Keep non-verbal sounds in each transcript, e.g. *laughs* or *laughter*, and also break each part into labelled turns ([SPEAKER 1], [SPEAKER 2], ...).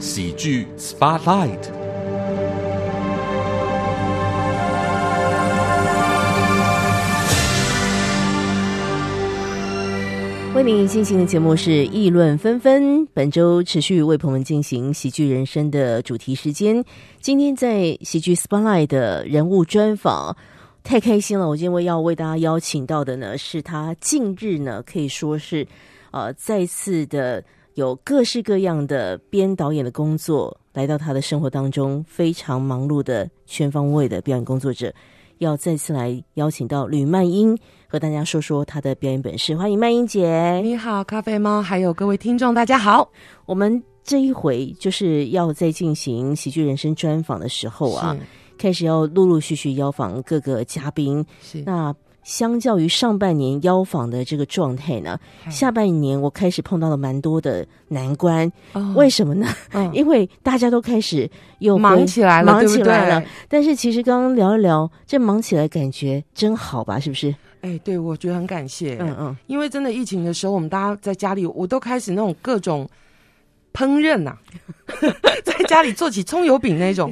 [SPEAKER 1] 喜剧 Spotlight。
[SPEAKER 2] 为您进行的节目是议论纷纷，本周持续为朋友们进行喜剧人生的主题时间。今天在喜剧 Spotlight 的人物专访。太开心了！我今天要为大家邀请到的呢，是他近日呢可以说是，呃，再次的有各式各样的编导演的工作来到他的生活当中，非常忙碌的全方位的表演工作者，要再次来邀请到吕曼英和大家说说她的表演本事。欢迎曼英姐！
[SPEAKER 3] 哎你好，咖啡猫，还有各位听众，大家好。
[SPEAKER 2] 我们这一回就是要在进行喜剧人生专访的时候啊，开始要陆陆续续邀访各个嘉宾。
[SPEAKER 3] 是，是
[SPEAKER 2] 那相较于上半年邀访的这个状态呢，
[SPEAKER 3] 嗨
[SPEAKER 2] 下半年我开始碰到了蛮多的难关。
[SPEAKER 3] 哦
[SPEAKER 2] 为什么呢？*laughs*
[SPEAKER 3] 嗯
[SPEAKER 2] 因为大家都开始又回
[SPEAKER 3] 忙起来了，
[SPEAKER 2] 忙起
[SPEAKER 3] 对不对
[SPEAKER 2] 来了。但是其实刚刚聊一聊，这忙起来感觉真好吧？是不是？
[SPEAKER 3] 哎，对，我觉得很感谢，
[SPEAKER 2] 嗯嗯，
[SPEAKER 3] 因为真的疫情的时候，我们大家在家里，我都开始那种各种烹饪呐、 *laughs* 在家里做起葱油饼那种，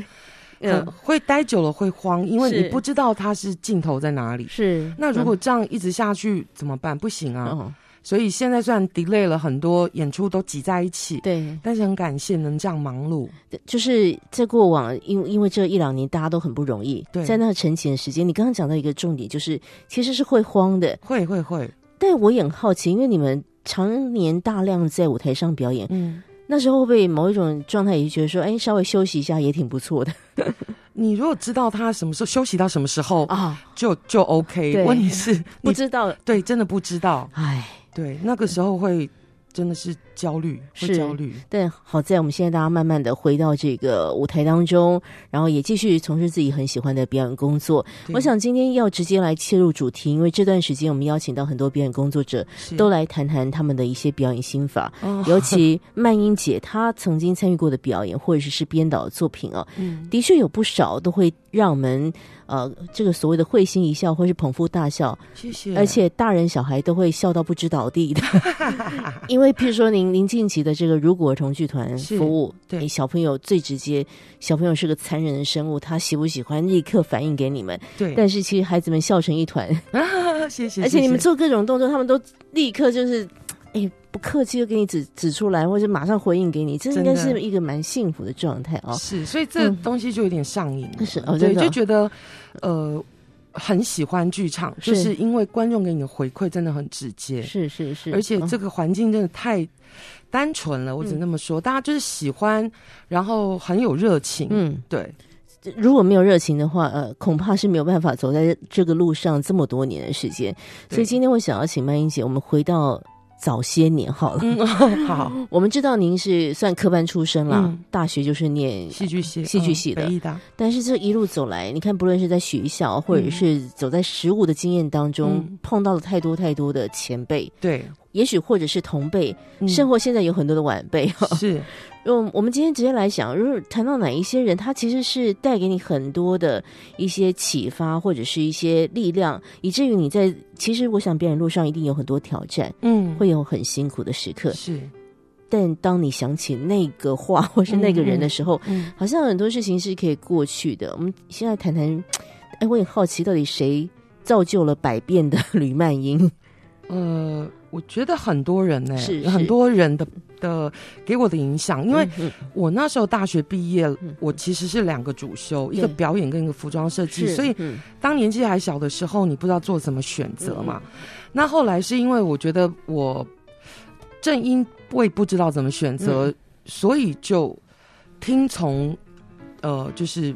[SPEAKER 3] 嗯，
[SPEAKER 2] 嗯
[SPEAKER 3] 会待久了会慌，因为
[SPEAKER 2] 是
[SPEAKER 3] 你不知道它是尽头在哪里。
[SPEAKER 2] 是。
[SPEAKER 3] 那如果这样一直下去怎么办？不行
[SPEAKER 2] 嗯
[SPEAKER 3] 啊！
[SPEAKER 2] 哦，
[SPEAKER 3] 所以现在虽然 delay 了很多演出都挤在一起，
[SPEAKER 2] 对，
[SPEAKER 3] 但是很感谢能这样忙碌。
[SPEAKER 2] 就是在过往，因因为这一两年大家都很不容易，
[SPEAKER 3] 对
[SPEAKER 2] 在那个沉潜时间，你刚刚讲到一个重点，就是其实是会慌的。
[SPEAKER 3] 会会会，
[SPEAKER 2] 但我也很好奇，因为你们常年大量在舞台上表演，
[SPEAKER 3] 嗯，
[SPEAKER 2] 那时候会不会某一种状态也觉得说，哎，稍微休息一下也挺不错的
[SPEAKER 3] 你如果知道他什么时候休息到什么时候，
[SPEAKER 2] 啊？
[SPEAKER 3] 就就 OK。
[SPEAKER 2] 对
[SPEAKER 3] 问题
[SPEAKER 2] *laughs*
[SPEAKER 3] 是
[SPEAKER 2] 不
[SPEAKER 3] 你
[SPEAKER 2] 知道，
[SPEAKER 3] 对，真的不知道。
[SPEAKER 2] 哎，
[SPEAKER 3] 对，那个时候会真的是焦虑，会
[SPEAKER 2] 是
[SPEAKER 3] 焦虑。
[SPEAKER 2] 但好在我们现在大家慢慢的回到这个舞台当中，然后也继续从事自己很喜欢的表演工作。
[SPEAKER 3] 对
[SPEAKER 2] 我想今天要直接来切入主题，因为这段时间我们邀请到很多表演工作者，
[SPEAKER 3] 是
[SPEAKER 2] 都来谈谈他们的一些表演心法。
[SPEAKER 3] 哦 *laughs*
[SPEAKER 2] 尤其曼英姐她曾经参与过的表演或者是是编导的作品哦，
[SPEAKER 3] 嗯
[SPEAKER 2] 的确有不少都会让我们呃这个所谓的会心一笑或是捧腹大笑，
[SPEAKER 3] 谢谢。
[SPEAKER 2] 而且大人小孩都会笑到不知倒地
[SPEAKER 3] *laughs*
[SPEAKER 2] 的。因为譬如说您您近期的这个如果儿童剧团
[SPEAKER 3] 是
[SPEAKER 2] 服务，
[SPEAKER 3] 对
[SPEAKER 2] 给小朋友最直接，小朋友是个残忍的生物，他喜不喜欢立刻反映给你们，
[SPEAKER 3] 对，
[SPEAKER 2] 但是其实孩子们笑成一团，
[SPEAKER 3] *laughs* 谢谢。
[SPEAKER 2] 而且
[SPEAKER 3] 谢
[SPEAKER 2] 你们
[SPEAKER 3] 谢
[SPEAKER 2] 做各种动作，他们都立刻就是，哎，不客气就给你指指出来，或者马上回应给你，这应
[SPEAKER 3] 真
[SPEAKER 2] 该
[SPEAKER 3] 的
[SPEAKER 2] 是一个蛮幸福的状态哦。
[SPEAKER 3] 是，所以这
[SPEAKER 2] 嗯
[SPEAKER 3] 东西就有点上瘾了。
[SPEAKER 2] 是哦真
[SPEAKER 3] 对，
[SPEAKER 2] 的
[SPEAKER 3] 就觉得呃很喜欢剧场，就是是因为观众给你的回馈真的很直接。
[SPEAKER 2] 是是是，
[SPEAKER 3] 而且这
[SPEAKER 2] 嗯
[SPEAKER 3] 个环境真的太单纯了，我只能这么说，大家就是喜欢，然后很有热情，
[SPEAKER 2] 嗯，
[SPEAKER 3] 对，
[SPEAKER 2] 如果没有热情的话，呃，恐怕是没有办法走在这个路上这么多年的时间。所以
[SPEAKER 3] 对 *laughs*
[SPEAKER 2] 今天我想要请曼英姐，我们回到早些年好了。
[SPEAKER 3] 嗯，
[SPEAKER 2] *laughs*
[SPEAKER 3] 好，
[SPEAKER 2] 我们知道您是算科班出身啦，
[SPEAKER 3] 嗯
[SPEAKER 2] 大学就是念
[SPEAKER 3] 戏剧
[SPEAKER 2] *laughs*
[SPEAKER 3] 系，
[SPEAKER 2] 戏剧
[SPEAKER 3] 嗯
[SPEAKER 2] 系的
[SPEAKER 3] 北艺大，
[SPEAKER 2] 但是这一路走来，你看，不论是在学校，或者
[SPEAKER 3] 嗯
[SPEAKER 2] 是走在实务的经验当中，
[SPEAKER 3] 嗯
[SPEAKER 2] 碰到了太多太多的前辈，
[SPEAKER 3] 对，
[SPEAKER 2] 也许或者是同辈，
[SPEAKER 3] 嗯
[SPEAKER 2] 甚或现在有很多的晚辈。
[SPEAKER 3] 是
[SPEAKER 2] 因 *laughs* 为我们今天直接来想，如果谈到哪一些人，他其实是带给你很多的一些启发，或者是一些力量，以至于你在其实我想表演路上一定有很多挑战，
[SPEAKER 3] 嗯，
[SPEAKER 2] 会有很辛苦的时刻。
[SPEAKER 3] 是，
[SPEAKER 2] 但当你想起那个话 *laughs* 或是那个人的时候，
[SPEAKER 3] 嗯，
[SPEAKER 2] 好像很多事情是可以过去的。我们现在谈谈，哎，我也好奇，到底谁造就了百变的吕曼英？
[SPEAKER 3] 呃，我觉得很多人呢，
[SPEAKER 2] 是
[SPEAKER 3] 很
[SPEAKER 2] 是
[SPEAKER 3] 多人的的给我的影响， *laughs* 因为
[SPEAKER 2] 嗯
[SPEAKER 3] 我那时候大学毕业
[SPEAKER 2] 嗯，
[SPEAKER 3] 我其实是两个主修，一个
[SPEAKER 2] 对
[SPEAKER 3] 表演跟一个服装设计，
[SPEAKER 2] 是
[SPEAKER 3] 所以
[SPEAKER 2] 嗯
[SPEAKER 3] 当年纪还小的时候，你不知道做什么选择嘛。
[SPEAKER 2] 嗯
[SPEAKER 3] 那后来是因为我觉得我正因为不知道怎么选择，
[SPEAKER 2] 嗯
[SPEAKER 3] 所以就听从呃，就是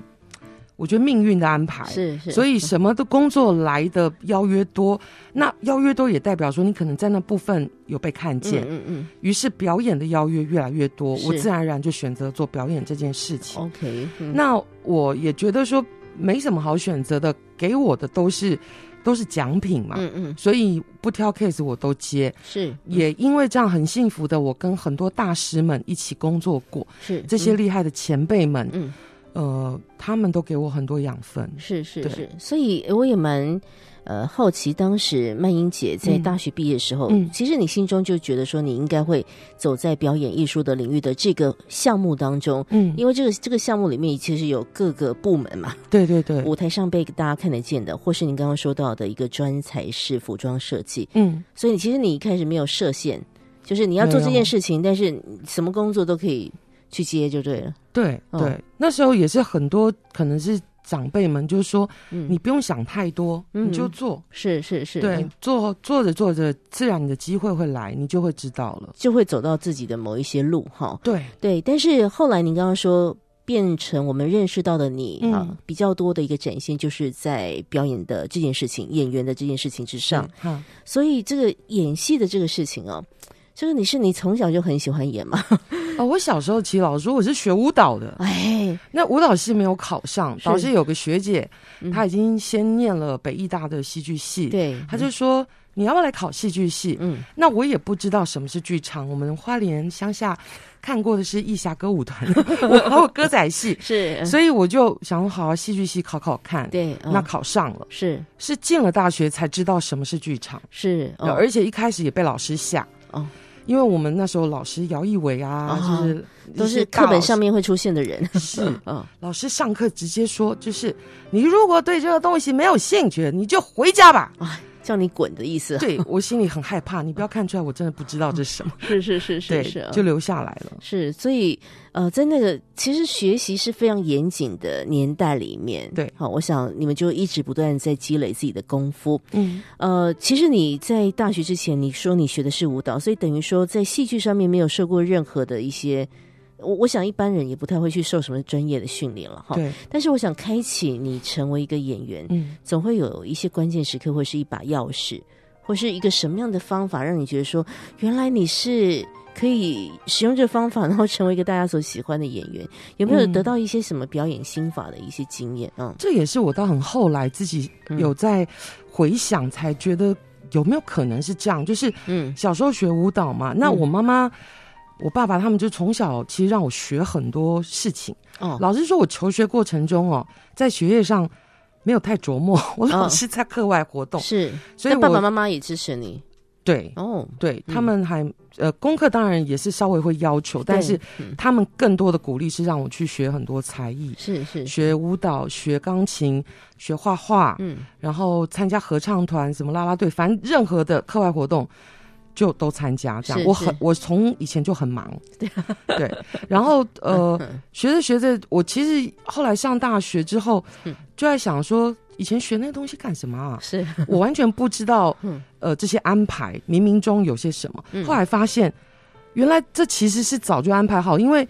[SPEAKER 3] 我觉得命运的安排。
[SPEAKER 2] 是是，
[SPEAKER 3] 哎所
[SPEAKER 2] 以
[SPEAKER 3] 以什么的工作来的邀约多，那邀约多也代表说你可能在那部分有被看见，
[SPEAKER 2] 嗯嗯
[SPEAKER 3] 于是表演的邀约越来越多，
[SPEAKER 2] 是
[SPEAKER 3] 我自然而然就选择做表演这件事情。
[SPEAKER 2] ，OK，嗯
[SPEAKER 3] 那我也觉得说没什么好选择的，给我的都是都是奖品嘛，
[SPEAKER 2] 嗯嗯
[SPEAKER 3] 所以不挑 case 我都接。
[SPEAKER 2] 是嗯
[SPEAKER 3] 也因为这样很幸福的，我跟很多大师们一起工作过，
[SPEAKER 2] 是
[SPEAKER 3] 这些
[SPEAKER 2] 嗯
[SPEAKER 3] 厉害的前辈们，
[SPEAKER 2] 嗯
[SPEAKER 3] 呃，他们都给我很多养分。
[SPEAKER 2] 是是
[SPEAKER 3] 对
[SPEAKER 2] 是，所以我也蛮呃好奇，当时曼英姐在
[SPEAKER 3] 嗯
[SPEAKER 2] 大学毕业的时候，
[SPEAKER 3] 嗯
[SPEAKER 2] 其实你心中就觉得说你应该会走在表演艺术的领域的这个项目当中，
[SPEAKER 3] 嗯，
[SPEAKER 2] 因为这个这个项目里面其实有各个部门嘛，
[SPEAKER 3] 对对对，
[SPEAKER 2] 舞台上被大家看得见的，或是你刚刚说到的一个专才是服装设计，
[SPEAKER 3] 嗯，
[SPEAKER 2] 所以你其实你一开始没有设限，就是你要做这件事情，但是你什么工作都可以去接就对了。
[SPEAKER 3] 对
[SPEAKER 2] 嗯
[SPEAKER 3] 对，那时候也是很多可能是长辈们就是说，
[SPEAKER 2] 嗯，
[SPEAKER 3] 你不用想太多，
[SPEAKER 2] 嗯
[SPEAKER 3] 你就做，
[SPEAKER 2] 是是是，
[SPEAKER 3] 对，，做做着做着，自然你的机会会来，你就会知道了。
[SPEAKER 2] 就会走到自己的某一些路哈。
[SPEAKER 3] 对，
[SPEAKER 2] 对，但是后来您刚刚说。变成我们认识到的你、
[SPEAKER 3] 嗯
[SPEAKER 2] 啊，比较多的一个展现，就是在表演的这件事情、演员的这件事情之上。
[SPEAKER 3] 哈，
[SPEAKER 2] 所以这个演戏的这个事情哦，这个你是你从小就很喜欢 *laughs* 演嘛？
[SPEAKER 3] 哦，我小时候其实老实说我是学舞蹈的，
[SPEAKER 2] 哎，
[SPEAKER 3] 那舞蹈系没有考上，
[SPEAKER 2] 是
[SPEAKER 3] 导致有个学姐，
[SPEAKER 2] 嗯
[SPEAKER 3] 她已经先念了北艺大的戏剧系，，
[SPEAKER 2] 对，
[SPEAKER 3] 她就说。你要不要来考戏剧系？
[SPEAKER 2] 嗯
[SPEAKER 3] 那我也不知道什么是剧场。我们花莲乡下看过的是艺侠歌舞团， *laughs* 我还有歌仔
[SPEAKER 2] *laughs*
[SPEAKER 3] 戏，
[SPEAKER 2] 是，
[SPEAKER 3] 所以我就想好啊好戏剧系考考看。
[SPEAKER 2] 嗯对，嗯
[SPEAKER 3] 那考上了，
[SPEAKER 2] 是
[SPEAKER 3] 是进了大学才知道什么是剧场，
[SPEAKER 2] 是，哦
[SPEAKER 3] 而且一开始也被老师吓，
[SPEAKER 2] 哦
[SPEAKER 3] 因为我们那时候老师姚一伟啊，
[SPEAKER 2] 啊
[SPEAKER 3] 就是
[SPEAKER 2] 都
[SPEAKER 3] 一些
[SPEAKER 2] 是
[SPEAKER 3] 大
[SPEAKER 2] 课本
[SPEAKER 3] 老师
[SPEAKER 2] 上面会出现的人，
[SPEAKER 3] 是
[SPEAKER 2] 嗯，
[SPEAKER 3] 老师上课直接说，就是你如果对这个东西没有兴趣，你就回家
[SPEAKER 2] *laughs*
[SPEAKER 3] 吧。
[SPEAKER 2] 叫你滚的意思，
[SPEAKER 3] 对我心里很害怕，你不要看出来，我真的不知道这是
[SPEAKER 2] *laughs*
[SPEAKER 3] 嗯什么，
[SPEAKER 2] 是是是
[SPEAKER 3] 对
[SPEAKER 2] 是是，哦，
[SPEAKER 3] 就留下来了。
[SPEAKER 2] 是，所以呃，在那个其实学习是非常严谨的年代里面，
[SPEAKER 3] 对
[SPEAKER 2] 好，我想你们就一直不断在积累自己的功夫。
[SPEAKER 3] 嗯，
[SPEAKER 2] 呃，其实你在大学之前，你说你学的是舞蹈，所以等于说在戏剧上面没有受过任何的一些，我我想一般人也不太会去受什么专业的训练了哈。
[SPEAKER 3] 对，
[SPEAKER 2] 但是我想开启你成为一个演员，
[SPEAKER 3] 嗯，
[SPEAKER 2] 总会有一些关键时刻，会是一把钥匙，或是一个什么样的方法，让你觉得说，原来你是可以使用这个方法，然后成为一个大家所喜欢的演员。有没有
[SPEAKER 3] 嗯
[SPEAKER 2] 得到一些什么表演心法的一些经验？嗯，
[SPEAKER 3] 这也是我到很后来自己有在回想，才觉得有没有可能是这样，就是
[SPEAKER 2] 嗯
[SPEAKER 3] 小时候学舞蹈嘛，那
[SPEAKER 2] 嗯
[SPEAKER 3] 我妈妈、我爸爸他们就从小其实让我学很多事情。
[SPEAKER 2] 哦，
[SPEAKER 3] 老实说，我求学过程中哦，在学业上没有太琢磨， *laughs* 我老是在课外活动，
[SPEAKER 2] 嗯是，
[SPEAKER 3] 所以
[SPEAKER 2] 那
[SPEAKER 3] 我
[SPEAKER 2] 爸爸妈妈也支持你
[SPEAKER 3] 对
[SPEAKER 2] 哦，
[SPEAKER 3] 对他们还、呃功课当然也是稍微会要求，但是
[SPEAKER 2] 对嗯
[SPEAKER 3] 他们更多的鼓励是让我去学很多才艺。
[SPEAKER 2] 是是
[SPEAKER 3] 学舞蹈、学钢琴、学画画，
[SPEAKER 2] 嗯
[SPEAKER 3] 然后参加合唱团、什么啦啦队，反正任何的课外活动就都参加。这样，
[SPEAKER 2] 是
[SPEAKER 3] 我
[SPEAKER 2] 是
[SPEAKER 3] 很我从以前就很
[SPEAKER 2] *laughs*
[SPEAKER 3] 忙，对。然后呃，学着学着，我其实后来上大学之后
[SPEAKER 2] 嗯，？
[SPEAKER 3] 就在想说，以前学那东西干什么啊
[SPEAKER 2] *laughs* 是
[SPEAKER 3] 我完全不知道
[SPEAKER 2] 嗯，
[SPEAKER 3] 呃，这些安排冥冥中有些什么
[SPEAKER 2] 嗯。
[SPEAKER 3] 后来发现，原来这其实是早就安排好，因为。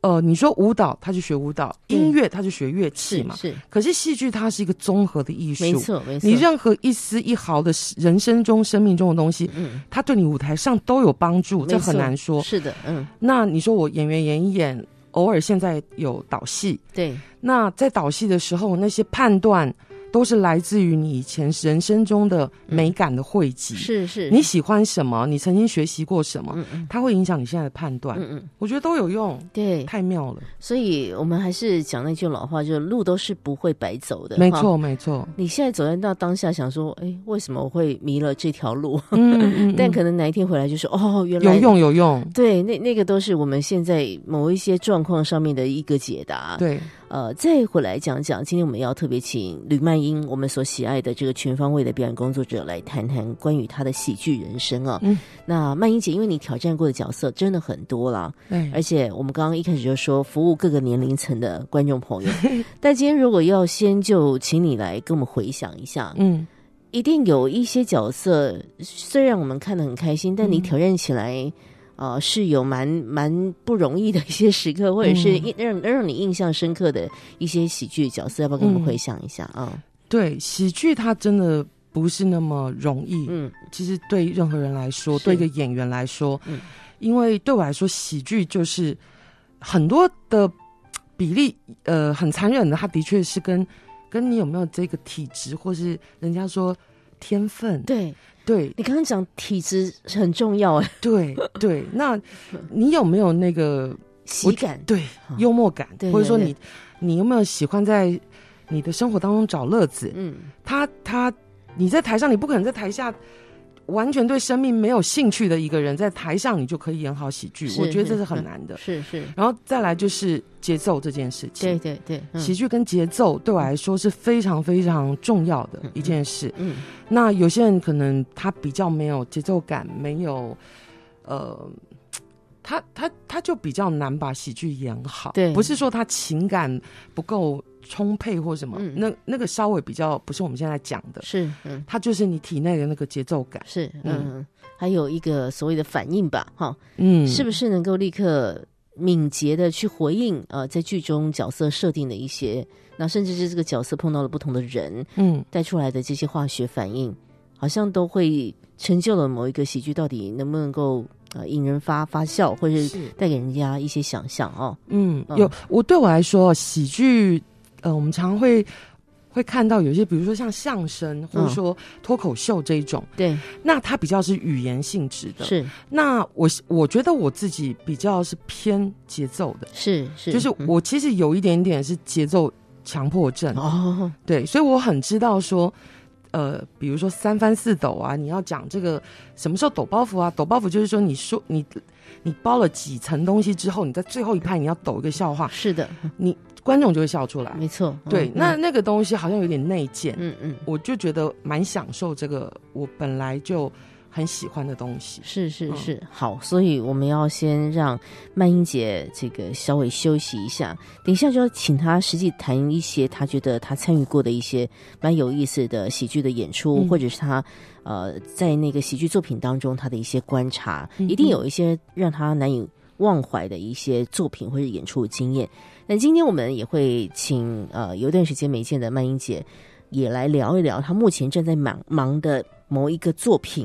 [SPEAKER 3] 呃，你说舞蹈，他就学舞蹈；
[SPEAKER 2] 嗯
[SPEAKER 3] 音乐，他就学乐器
[SPEAKER 2] 是
[SPEAKER 3] 嘛。
[SPEAKER 2] 是，
[SPEAKER 3] 可是戏剧，它是一个综合的艺术，
[SPEAKER 2] 没错没错，
[SPEAKER 3] 你任何一丝一毫的人生中、生命中的东西，
[SPEAKER 2] 嗯
[SPEAKER 3] 它对你舞台上都有帮助，
[SPEAKER 2] 没
[SPEAKER 3] 这
[SPEAKER 2] 错
[SPEAKER 3] 很难说。
[SPEAKER 2] 是的，嗯
[SPEAKER 3] 那你说我演员演一演，偶尔现在有导戏，
[SPEAKER 2] 对
[SPEAKER 3] 那在导戏的时候，那些判断都是来自于你以前人生中的美感的汇集。
[SPEAKER 2] 嗯是是，
[SPEAKER 3] 你喜欢什么？你曾经学习过什么？
[SPEAKER 2] 嗯嗯
[SPEAKER 3] 它会影响你现在的判断。
[SPEAKER 2] 嗯嗯
[SPEAKER 3] 我觉得都有用，
[SPEAKER 2] 对，
[SPEAKER 3] 太妙了。
[SPEAKER 2] 所以我们还是讲那句老话，就是路都是不会白走的，
[SPEAKER 3] 没
[SPEAKER 2] 哈
[SPEAKER 3] 错，没错。
[SPEAKER 2] *laughs* 你现在走在到当下，想说，哎，为什么我会迷了这条
[SPEAKER 3] *laughs*
[SPEAKER 2] 路？*laughs*
[SPEAKER 3] 嗯嗯嗯
[SPEAKER 2] 但可能哪一天回来就说，哦，原来
[SPEAKER 3] 有。用，有用。
[SPEAKER 2] 对，那那个都是我们现在某一些状况上面的一个解答。，
[SPEAKER 3] 对，
[SPEAKER 2] 呃，再回来讲讲，今天我们要特别请吕曼英，我们所喜爱的这个全方位的表演工作者，来谈谈关于她的喜剧人生啊。
[SPEAKER 3] 嗯，
[SPEAKER 2] 那曼英姐，因为你挑战过的角色真的很多啦，
[SPEAKER 3] 对，
[SPEAKER 2] 而且我们刚刚一开始就说服务各个年龄层的观众朋友， *laughs* 但今天如果要先就请你来跟我们回想一下，
[SPEAKER 3] 嗯，
[SPEAKER 2] 一定有一些角色，虽然我们看得很开心，但你
[SPEAKER 3] 嗯
[SPEAKER 2] 挑战起来，呃，是有蛮蛮不容易的一些时刻，或者是
[SPEAKER 3] 嗯
[SPEAKER 2] 印让让你印象深刻的一些喜剧角色，要不要跟我
[SPEAKER 3] 嗯
[SPEAKER 2] 们回想一下啊？
[SPEAKER 3] 对，喜剧它真的不是那么容易。
[SPEAKER 2] 嗯
[SPEAKER 3] 其实对任何人来说，
[SPEAKER 2] 是
[SPEAKER 3] 对一个演员来说，
[SPEAKER 2] 嗯
[SPEAKER 3] 因为对我来说，喜剧就是很多的比例，呃，很残忍的，它的确是跟跟你有没有这个体质，或是人家说天分，
[SPEAKER 2] 对
[SPEAKER 3] 对
[SPEAKER 2] 你刚刚讲体质很重要哎，
[SPEAKER 3] 对
[SPEAKER 2] *laughs*
[SPEAKER 3] 对，那你有没有那个
[SPEAKER 2] 喜感
[SPEAKER 3] 对
[SPEAKER 2] 好
[SPEAKER 3] 幽默感，
[SPEAKER 2] 嗯对
[SPEAKER 3] 或者说
[SPEAKER 2] 对
[SPEAKER 3] 你你有没有喜欢在你的生活当中找乐子？
[SPEAKER 2] 嗯
[SPEAKER 3] 他他你在台上，你不可能在台下完全对生命没有兴趣的一个人，在台上你就可以演好喜剧，
[SPEAKER 2] 是
[SPEAKER 3] 我觉得这
[SPEAKER 2] 是
[SPEAKER 3] 是很难的。
[SPEAKER 2] 是是，
[SPEAKER 3] 然后再来就是节奏这件事
[SPEAKER 2] 对
[SPEAKER 3] 情，
[SPEAKER 2] 对对，嗯
[SPEAKER 3] 喜剧跟节奏对我来说是非常非常重要的一件事。
[SPEAKER 2] 嗯
[SPEAKER 3] 那有些人可能他比较没有节奏感，没有，呃，他他他就比较难把喜剧演好。
[SPEAKER 2] 对
[SPEAKER 3] 不是说他情感不够充沛或什么，
[SPEAKER 2] 嗯
[SPEAKER 3] 那那个稍微比较不是我们现在讲的，
[SPEAKER 2] 是嗯
[SPEAKER 3] 他就是你体内的那个节奏感。
[SPEAKER 2] 是
[SPEAKER 3] 嗯
[SPEAKER 2] 嗯，还有一个所谓的反应吧，哈，
[SPEAKER 3] 嗯，
[SPEAKER 2] 是不是能够立刻敏捷的去回应呃，在剧中角色设定的一些，那甚至是这个角色碰到了不同的人
[SPEAKER 3] 嗯，
[SPEAKER 2] 带出来的这些化学反应，好像都会成就了某一个喜剧到底能不能够呃引人发发笑，或是
[SPEAKER 3] 是
[SPEAKER 2] 带给人家一些想象哦。
[SPEAKER 3] 嗯，
[SPEAKER 2] 嗯
[SPEAKER 3] 有我对我来说，喜剧，呃，我们常会会看到有一些，比如说像相声或者说脱口秀这一种，
[SPEAKER 2] 对，
[SPEAKER 3] 那它比较是语言性质的。
[SPEAKER 2] 是
[SPEAKER 3] 那我我觉得我自己比较是偏节奏的，
[SPEAKER 2] 是是，
[SPEAKER 3] 就是
[SPEAKER 2] 嗯
[SPEAKER 3] 我其实有一点点是节奏强迫症，
[SPEAKER 2] 哦，
[SPEAKER 3] 对，所以我很知道说。呃，比如说三翻四抖啊，你要讲这个什么时候抖包袱啊？抖包袱就是说你说你你包了几层东西之后，你在最后一拍你要抖一个笑话，
[SPEAKER 2] 是的，嗯
[SPEAKER 3] 观众就会笑出来。
[SPEAKER 2] 没错。嗯
[SPEAKER 3] 对，
[SPEAKER 2] 嗯
[SPEAKER 3] 那那个东西好像有点内建，
[SPEAKER 2] 嗯嗯。
[SPEAKER 3] 我就觉得蛮享受这个我本来就很喜欢的东西。
[SPEAKER 2] 是是
[SPEAKER 3] 嗯
[SPEAKER 2] 是，好，所以我们要先让曼英姐这个稍微休息一下，等一下就要请她实际谈一些她觉得她参与过的一些蛮有意思的喜剧的演出，
[SPEAKER 3] 嗯
[SPEAKER 2] 或者是她呃在那个喜剧作品当中她的一些观察，
[SPEAKER 3] 嗯
[SPEAKER 2] 一定有一些让她难以。忘怀的一些作品或者演出的经验，那今天我们也会请呃有一段时间没见的曼英姐也来聊一聊她目前正在忙忙的某一个作
[SPEAKER 3] *laughs*
[SPEAKER 2] 品，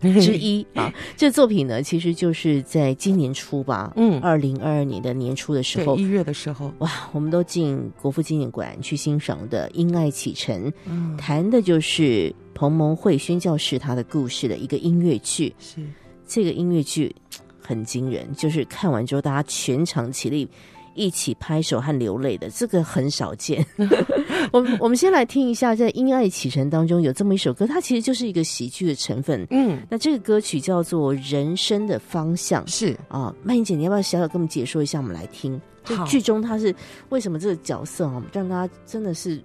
[SPEAKER 2] 之一啊。这作品呢，其实就是在今年初吧，
[SPEAKER 3] 嗯
[SPEAKER 2] 二零二二年的年初的时
[SPEAKER 3] 对，
[SPEAKER 2] 候
[SPEAKER 3] 一，月的时候，
[SPEAKER 2] 哇，我们都进国父纪念馆去欣赏的《因爱启程》，
[SPEAKER 3] 嗯，
[SPEAKER 2] 谈的就是彭蒙慧宣教士他的故事的一个音乐剧。
[SPEAKER 3] 是
[SPEAKER 2] 这个音乐剧嘖很惊人，就是看完之后大家全场起立。一起拍手和流泪的，这个很少
[SPEAKER 3] *laughs*
[SPEAKER 2] 见。我们我们先来听一下，在《因爱启程》当中有这么一首歌，它其实就是一个喜剧的成分，
[SPEAKER 3] 嗯
[SPEAKER 2] 那这个歌曲叫做《人生的方向》
[SPEAKER 3] 是
[SPEAKER 2] 啊，曼英姐，你要不要小小跟我们解说一下？我们来听，就
[SPEAKER 3] 好
[SPEAKER 2] 剧中他是为什么这个角色哦，让他真的是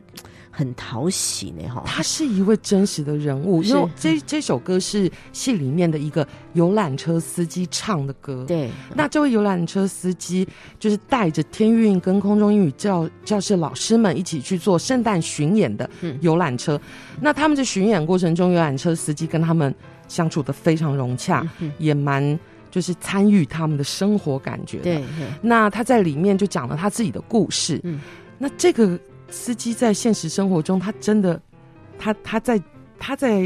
[SPEAKER 2] 很讨喜呢？哈，
[SPEAKER 3] 他是一位真实的人物，
[SPEAKER 2] 是嗯
[SPEAKER 3] 因为这这首歌是戏里面的一个游览车司机唱的歌。，
[SPEAKER 2] 对，嗯
[SPEAKER 3] 那这位游览车司机就是带着天韵跟空中英语教教室老师们一起去做圣诞巡演的
[SPEAKER 2] 嗯
[SPEAKER 3] 游览车。那他们在巡演过程中，游览车司机跟他们相处的非常融洽，
[SPEAKER 2] 嗯
[SPEAKER 3] 也蛮就是参与他们的生活感觉。
[SPEAKER 2] 对，，对
[SPEAKER 3] 那他在里面就讲了他自己的故事。
[SPEAKER 2] 嗯
[SPEAKER 3] 那这个司机在现实生活中，他真的，他他在他在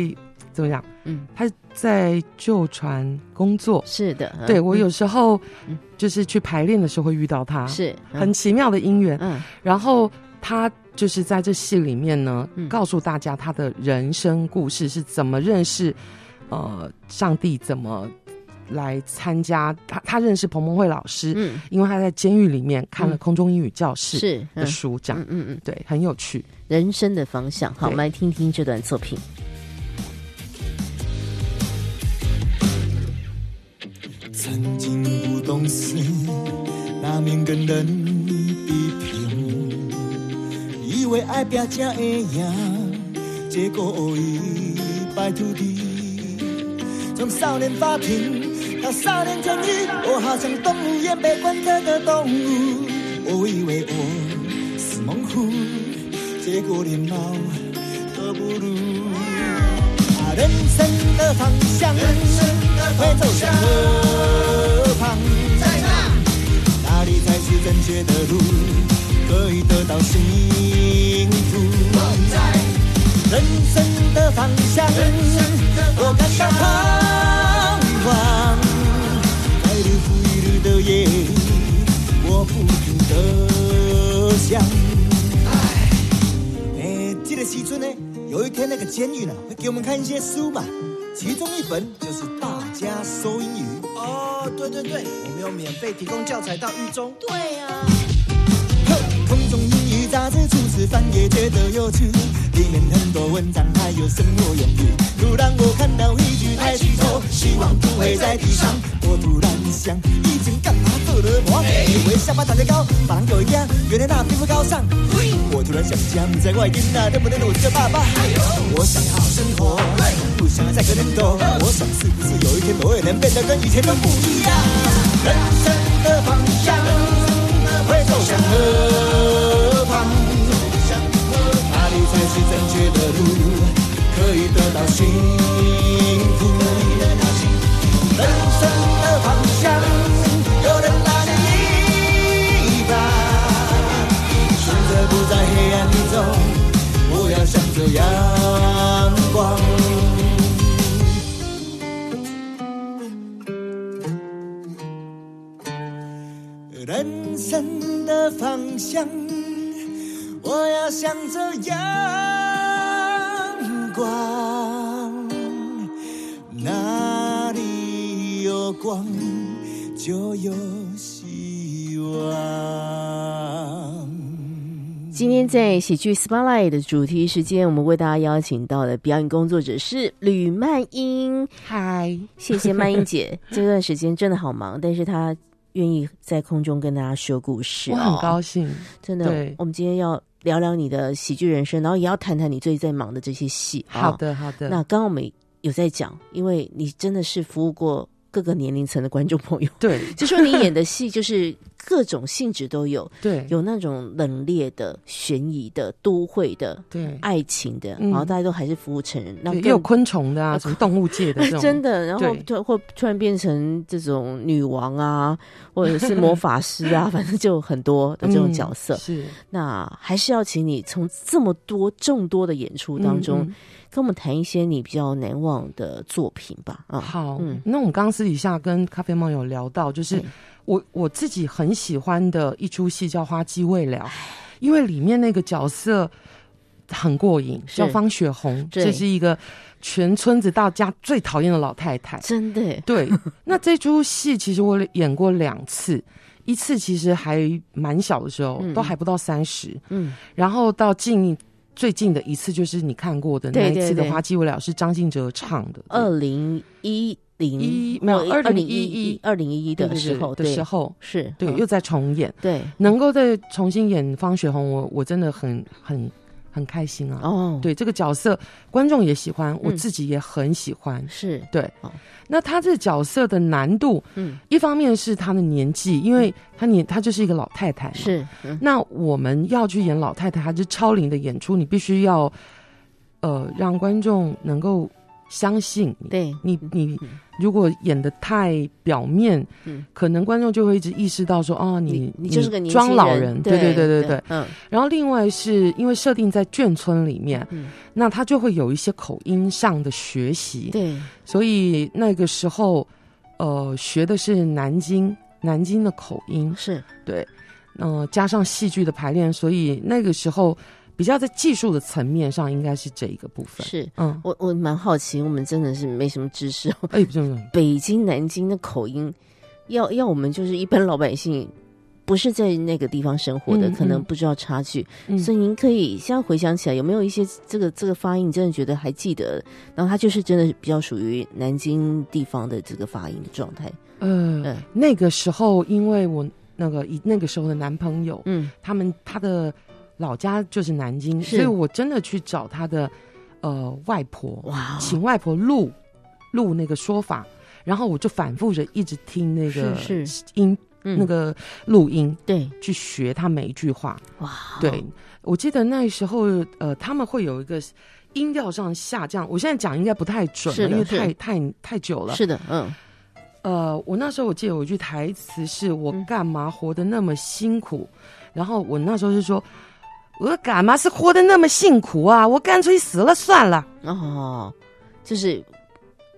[SPEAKER 3] 怎么讲？
[SPEAKER 2] 嗯，
[SPEAKER 3] 他在旧船工作。
[SPEAKER 2] 是的，嗯
[SPEAKER 3] 对我有时候
[SPEAKER 2] 嗯
[SPEAKER 3] 就是去排练的时候会遇到他，
[SPEAKER 2] 是
[SPEAKER 3] 很奇妙的姻缘。
[SPEAKER 2] 嗯
[SPEAKER 3] 然后他就是在这戏里面呢，
[SPEAKER 2] 嗯
[SPEAKER 3] 告诉大家他的人生故事是怎么认识，呃，上帝怎么来参加他，他认识彭蒙慧老师，
[SPEAKER 2] 嗯
[SPEAKER 3] 因为他在监狱里面看了
[SPEAKER 2] 嗯
[SPEAKER 3] 空中英语教室
[SPEAKER 2] 是
[SPEAKER 3] 的
[SPEAKER 2] 嗯
[SPEAKER 3] 书，这样、
[SPEAKER 2] 嗯嗯嗯，
[SPEAKER 3] 对，很有趣。
[SPEAKER 2] 人生的方向。好，我
[SPEAKER 3] 对
[SPEAKER 2] 们来听听这段作品。
[SPEAKER 4] 曾经不懂事，难免跟人比拼，以为爱拼才会赢，结果学伊败涂地。从少年法庭到少年监狱，我好像动物园被关克的动物。我以为我是猛虎，结果连猫都不如。啊，人生的方向，人生的会走向何方？在那，哪里才是正确的路，可以得到幸福？在人生的方向，人生的我感到彷徨，在日复一日的夜里，我不停的想。哎，记得西村呢，有一天那个监狱呢会给我们看一些书嘛，其中一本就是《大家说英语》。哦，对对对，我们有免费提供教材到狱中。对呀、空中英语杂志初次翻也觉得有趣，里里面很多文章，还有生活用语。突然我看到一句抬起头，希望不会在地上。我突然想，以前干嘛做了魔？以为下巴长得高，把人狗一样，原来那皮肤高尚。我突然想家，不在外边那能不能我叫爸爸？我想好好生活，不想再跟人斗。我想是不是有一天我也能变得跟以前都不一样？人生的方向会走向何方？哪里才是正确的路，可以得到幸福？人生的方向，有人拉着你一把，选择不在黑暗中，不要想着阳光。人生的方向。我要向着阳光，哪里有光就有希望。
[SPEAKER 2] 今天在喜剧 Spotlight 的主题时间，我们为大家邀请到的表演工作者是吕曼英。
[SPEAKER 3] 嗨，
[SPEAKER 2] 谢谢曼英
[SPEAKER 3] *laughs*
[SPEAKER 2] 姐，这段时间真的好忙，但是她愿意在空中跟大家说故事、
[SPEAKER 3] 我
[SPEAKER 2] 哦，
[SPEAKER 3] 很高兴。
[SPEAKER 2] 真的
[SPEAKER 3] 对，
[SPEAKER 2] 我们今天要聊聊你的喜剧人生，然后也要谈谈你最近在忙的这些戏、啊
[SPEAKER 3] 好，的，好的。
[SPEAKER 2] 那刚刚我们有在讲，因为你真的是服务过各个年龄层的观众朋友，
[SPEAKER 3] 对
[SPEAKER 2] 就说你演的戏就是各种性质都有，
[SPEAKER 3] 对
[SPEAKER 2] 有那种冷冽的、悬疑的、都会的、
[SPEAKER 3] 对，
[SPEAKER 2] 爱情的，
[SPEAKER 3] 嗯
[SPEAKER 2] 然后大家都还是服务成人，那
[SPEAKER 3] 对
[SPEAKER 2] 更哦
[SPEAKER 3] 也有昆虫的啊，什么动物
[SPEAKER 2] *laughs*
[SPEAKER 3] 界的这种。
[SPEAKER 2] 真的，然后
[SPEAKER 3] 对
[SPEAKER 2] 突或突然变成这种女王啊，或者是魔法师
[SPEAKER 3] *laughs*
[SPEAKER 2] 啊，反正就很多的这种角色。
[SPEAKER 3] 嗯是
[SPEAKER 2] 那还是要请你从这么多众多的演出当中，
[SPEAKER 3] 嗯嗯
[SPEAKER 2] 跟我们谈一些你比较难忘的作品吧。啊，
[SPEAKER 3] 好，
[SPEAKER 2] 嗯
[SPEAKER 3] 那我们刚刚私底下跟咖啡梦有聊到，就是
[SPEAKER 2] 嗯
[SPEAKER 3] 我我自己很喜欢的一出戏叫《花鸡未了》，因为里面那个角色很过瘾，
[SPEAKER 2] 是
[SPEAKER 3] 叫方雪红，
[SPEAKER 2] 对
[SPEAKER 3] 这是一个全村子大家最讨厌的老太太。
[SPEAKER 2] 真的耶，
[SPEAKER 3] 对，那这出戏其实我演过两次，一次其实还蛮小的时候，
[SPEAKER 2] 嗯
[SPEAKER 3] 都还不到三十，
[SPEAKER 2] 嗯，
[SPEAKER 3] 然后到近最近的一次就是你看过的
[SPEAKER 2] 对
[SPEAKER 3] 那一次
[SPEAKER 2] 对
[SPEAKER 3] 的
[SPEAKER 2] 对
[SPEAKER 3] 《花季未了》是张信哲唱的，对
[SPEAKER 2] 二零一零
[SPEAKER 3] 一没有
[SPEAKER 2] 二零
[SPEAKER 3] 2011
[SPEAKER 2] 一二零一一
[SPEAKER 3] 对
[SPEAKER 2] 的时候，
[SPEAKER 3] 对
[SPEAKER 2] 对
[SPEAKER 3] 对的时候，
[SPEAKER 2] 是，
[SPEAKER 3] 对，
[SPEAKER 2] 嗯
[SPEAKER 3] 又在重演，
[SPEAKER 2] 对
[SPEAKER 3] 能够再重新演方雪红，我我真的很很很开心啊。
[SPEAKER 2] 哦，，
[SPEAKER 3] 对这个角色，观众也喜欢，我
[SPEAKER 2] 嗯
[SPEAKER 3] 自己也很喜欢。
[SPEAKER 2] 是，
[SPEAKER 3] 对
[SPEAKER 2] 好，
[SPEAKER 3] 那他这角色的难度，
[SPEAKER 2] 嗯，
[SPEAKER 3] 一方面是他的年纪，因为他年他就是一个老太太嘛。
[SPEAKER 2] 是，嗯
[SPEAKER 3] 那我们要去演老太太，还是超龄的演出，你必须要，呃，让观众能够相信你。
[SPEAKER 2] 对，
[SPEAKER 3] 你你
[SPEAKER 2] 嗯
[SPEAKER 3] 如果演的太表面，
[SPEAKER 2] 嗯
[SPEAKER 3] 可能观众就会一直意识到说，哦，
[SPEAKER 2] 你
[SPEAKER 3] 你
[SPEAKER 2] 你就是个年轻
[SPEAKER 3] 装老人，
[SPEAKER 2] 对
[SPEAKER 3] 对对对对对。
[SPEAKER 2] 嗯
[SPEAKER 3] 然后另外是因为设定在眷村里面，
[SPEAKER 2] 嗯，
[SPEAKER 3] 那他就会有一些口音上的学习，
[SPEAKER 2] 对，
[SPEAKER 3] 所以那个时候，呃，学的是南京南京的口音，
[SPEAKER 2] 是，
[SPEAKER 3] 对，嗯、加上戏剧的排练，所以那个时候比较在技术的层面上应该是这一个部分，
[SPEAKER 2] 是
[SPEAKER 3] 嗯，
[SPEAKER 2] 我我蛮好奇，我们真的是没什么知识哦。
[SPEAKER 3] 哎，不是不是，
[SPEAKER 2] 北京、南京的口音，要要我们就是一般老百姓，不是在那个地方生活的，
[SPEAKER 3] 嗯
[SPEAKER 2] 可能
[SPEAKER 3] 嗯
[SPEAKER 2] 不知道差距。
[SPEAKER 3] 嗯
[SPEAKER 2] 所以您可以现在回想起来，有没有一些这个这个发音，你真的觉得还记得？然后它就是真的比较属于南京地方的这个发音状态。
[SPEAKER 3] 呃
[SPEAKER 2] 嗯，
[SPEAKER 3] 那个时候因为我那个以那个时候的男朋友，
[SPEAKER 2] 嗯，
[SPEAKER 3] 他们他的老家就是南京，
[SPEAKER 2] 是
[SPEAKER 3] 所以我真的去找他的呃外婆，
[SPEAKER 2] 哇，
[SPEAKER 3] 请外婆录录那个说法，然后我就反复着一直听那个
[SPEAKER 2] 是
[SPEAKER 3] 音
[SPEAKER 2] 嗯
[SPEAKER 3] 那个录音
[SPEAKER 2] 对，
[SPEAKER 3] 去学他每一句话。
[SPEAKER 2] 哇，
[SPEAKER 3] 对，我记得那时候呃他们会有一个音调上下降，我现在讲应该不太准
[SPEAKER 2] 是
[SPEAKER 3] 了，
[SPEAKER 2] 的
[SPEAKER 3] 因为
[SPEAKER 2] 是
[SPEAKER 3] 太太太久了。
[SPEAKER 2] 是的，嗯，
[SPEAKER 3] 呃，我那时候我记得有一句台词是我
[SPEAKER 2] 嗯
[SPEAKER 3] 干嘛活得那么辛苦，然后我那时候是说，我干嘛是活得那么辛苦啊？我干脆死了算了。
[SPEAKER 2] 哦，就是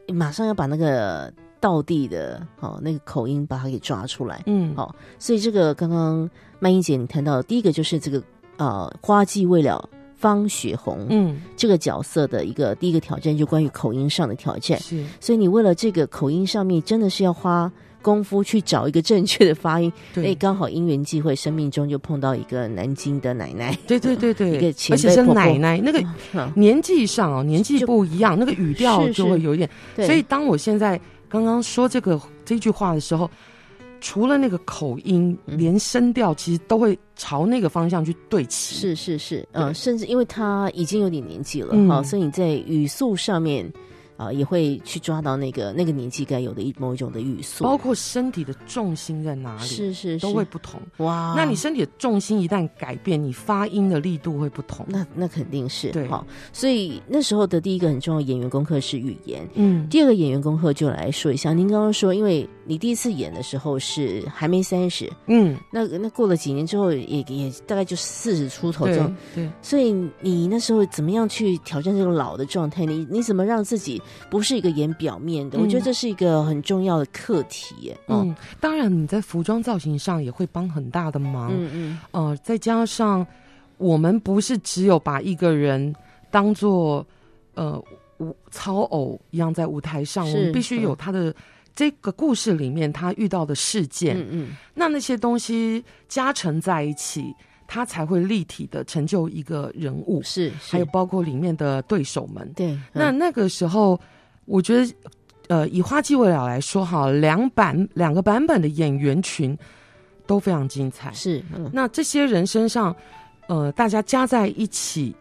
[SPEAKER 2] 马上要把那个道地的哦那个口音把它给抓出来。
[SPEAKER 3] 嗯，
[SPEAKER 2] 好所以这个刚刚曼英姐你谈到的第一个就是这个呃花季未了方雪红、
[SPEAKER 3] 嗯，
[SPEAKER 2] 这个角色的一个第一个挑战，就关于口音上的挑战。
[SPEAKER 3] 是
[SPEAKER 2] 所以你为了这个口音上面真的是要花功夫去找一个正确的发音。
[SPEAKER 3] 对
[SPEAKER 2] 哎，刚好因缘际会，生命中就碰到一个南京的奶
[SPEAKER 3] *laughs*
[SPEAKER 2] 奶，
[SPEAKER 3] 对对对
[SPEAKER 2] 一个
[SPEAKER 3] 对，
[SPEAKER 2] 前
[SPEAKER 3] 而且
[SPEAKER 2] 辈
[SPEAKER 3] 是
[SPEAKER 2] 婆婆嗯
[SPEAKER 3] 奶奶，那个年纪上哦，年纪
[SPEAKER 2] 就
[SPEAKER 3] 不一样，那个语调
[SPEAKER 2] 是
[SPEAKER 3] 就会有一点。
[SPEAKER 2] 对
[SPEAKER 3] 所以当我现在刚刚说这个这句话的时候，除了那个口音，
[SPEAKER 2] 嗯
[SPEAKER 3] 连声调其实都会朝那个方向去对齐。，
[SPEAKER 2] 是是是，
[SPEAKER 3] 对
[SPEAKER 2] 嗯、甚至因为他已经有点年纪了，好、
[SPEAKER 3] 嗯
[SPEAKER 2] 所以你在语速上面啊、也会去抓到那个那个年纪该有的一某一种的语速，
[SPEAKER 3] 包括身体的重心在哪里，
[SPEAKER 2] 是是是，啊
[SPEAKER 3] 都会不啊同。
[SPEAKER 2] 哇，
[SPEAKER 3] 那你身体的重心一旦改变，你发音的力度会不同。
[SPEAKER 2] 那那肯定是
[SPEAKER 3] 对
[SPEAKER 2] 好，所以那时候的第一个很重要的演员功课是语言。
[SPEAKER 3] 嗯，
[SPEAKER 2] 第二个演员功课就来说一下，您刚刚说，因为你第一次演的时候是还没三十，
[SPEAKER 3] 嗯，
[SPEAKER 2] 那那过了几年之后也也大概就四十出头这
[SPEAKER 3] 对
[SPEAKER 2] 样，
[SPEAKER 3] 对。
[SPEAKER 2] 所以你那时候怎么样去挑战这个老的状态？你你怎么让自己不是一个演表面的？
[SPEAKER 3] 嗯
[SPEAKER 2] 我觉得这是一个很重要的课题耶。哦，
[SPEAKER 3] 嗯，当然你在服装造型上也会帮很大的忙。
[SPEAKER 2] 嗯嗯，
[SPEAKER 3] 呃，再加上我们不是只有把一个人当做呃舞操偶一样在舞台上，我
[SPEAKER 2] 是
[SPEAKER 3] 们必须有
[SPEAKER 2] 嗯
[SPEAKER 3] 他的这个故事里面他遇到的事件，
[SPEAKER 2] 嗯嗯，
[SPEAKER 3] 那那些东西加成在一起，他才会立体的成就一个人物，
[SPEAKER 2] 是是，
[SPEAKER 3] 还有包括里面的对手们。
[SPEAKER 2] 对，嗯
[SPEAKER 3] 那那个时候，我觉得，呃，以花季未了来说哈，两版两个版本的演员群都非常精彩。
[SPEAKER 2] 是嗯
[SPEAKER 3] 那这些人身上，呃，大家加在一起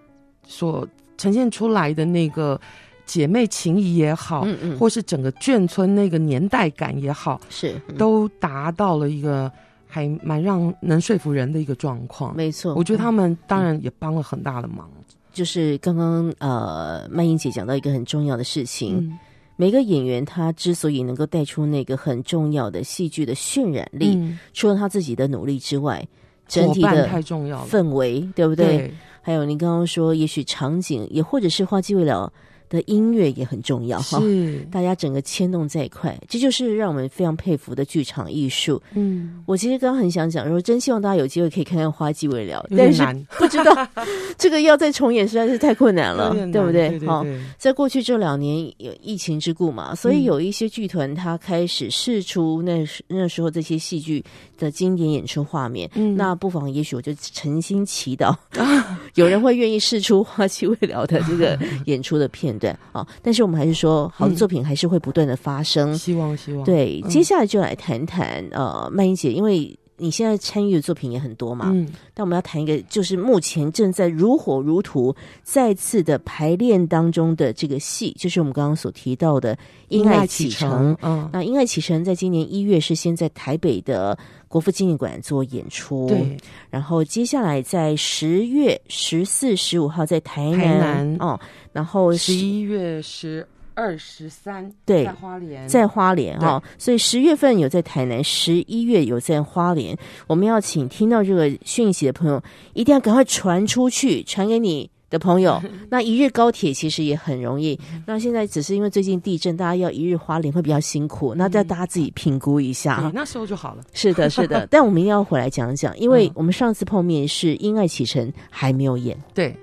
[SPEAKER 3] 所呈现出来的那个姐妹情谊也好，
[SPEAKER 2] 嗯嗯，
[SPEAKER 3] 或是整个眷村那个年代感也好，
[SPEAKER 2] 是嗯
[SPEAKER 3] 都达到了一个还蛮让能说服人的一个状况。
[SPEAKER 2] 没错。
[SPEAKER 3] 我觉得
[SPEAKER 2] 嗯
[SPEAKER 3] 他们当然也帮了很大的忙。
[SPEAKER 2] 就是刚刚呃，曼英姐讲到一个很重要的事情，
[SPEAKER 3] 嗯
[SPEAKER 2] 每个演员他之所以能够带出那个很重要的戏剧的渲染力，
[SPEAKER 3] 嗯
[SPEAKER 2] 除了他自己的努力之外，整
[SPEAKER 3] 伙
[SPEAKER 2] 体
[SPEAKER 3] 伴
[SPEAKER 2] 的
[SPEAKER 3] 太重要了。
[SPEAKER 2] 氛围，对不对？
[SPEAKER 3] 对
[SPEAKER 2] 还有您刚刚说，也许场景，也或者是花季未了的音乐也很重要哈。
[SPEAKER 3] 是，
[SPEAKER 2] 大家整个牵动在一块，这就是让我们非常佩服的剧场艺术。
[SPEAKER 3] 嗯，
[SPEAKER 2] 我其实刚刚很想讲说，真希望大家有机会可以看看《花季未了》，
[SPEAKER 3] 有
[SPEAKER 2] 但
[SPEAKER 3] 点
[SPEAKER 2] 是
[SPEAKER 3] 难，
[SPEAKER 2] 不知
[SPEAKER 3] *laughs*
[SPEAKER 2] 道这个要再重演实在是太困难了
[SPEAKER 3] 有，点
[SPEAKER 2] 对不
[SPEAKER 3] 难
[SPEAKER 2] 对？
[SPEAKER 3] 对？
[SPEAKER 2] 好，
[SPEAKER 3] 对
[SPEAKER 2] 在过去这两年有疫情之故嘛，所
[SPEAKER 3] 嗯
[SPEAKER 2] 以有一些剧团它开始试出那时那时候这些戏剧的经典演出画面。
[SPEAKER 3] 嗯啊
[SPEAKER 2] 那不妨，也许我就诚心祈祷， *laughs* 有人会愿意试出《花期未了》的这
[SPEAKER 3] *laughs*
[SPEAKER 2] 个演出的片段啊。但是我们还是说，好的
[SPEAKER 3] 嗯
[SPEAKER 2] 作品还是会不断的发生。
[SPEAKER 3] 希望希望
[SPEAKER 2] 对，
[SPEAKER 3] 嗯
[SPEAKER 2] 接下来就来谈谈呃，曼英姐，因为你现在参与的作品也很多嘛，
[SPEAKER 3] 嗯，
[SPEAKER 2] 但我们要谈一个，就是目前正在如火如荼再次的排练当中的这个戏，就是我们刚刚所提到的《因爱启程》。
[SPEAKER 3] 嗯，
[SPEAKER 2] 那《因爱启程》在今年一月是先在台北的国父纪念馆做演出，
[SPEAKER 3] 对，
[SPEAKER 2] 然后接下来在十月十四、十五号在台南，
[SPEAKER 3] 台南
[SPEAKER 2] 哦，然后
[SPEAKER 3] 十一月十二、十三，
[SPEAKER 2] 对
[SPEAKER 3] 在花莲，
[SPEAKER 2] 在花莲哈、所以十月份有在台南，十一月有在花莲。我们要请听到这个讯息的朋友，一定要赶快传出去，传给你的朋
[SPEAKER 3] *laughs*
[SPEAKER 2] 友。那一日高铁其实也很容易，
[SPEAKER 3] 嗯
[SPEAKER 2] 那现在只是因为最近地震，大家要一日花莲会比较辛苦，那再大家自己评估一下
[SPEAKER 3] 嗯对
[SPEAKER 2] 啊。
[SPEAKER 3] 那时候就好了，
[SPEAKER 2] *laughs* 是的，是
[SPEAKER 3] *laughs*
[SPEAKER 2] 的，但我们一定要回来讲讲，因为
[SPEAKER 3] 嗯
[SPEAKER 2] 我们上次碰面是《因爱启程》还没有演，
[SPEAKER 3] 对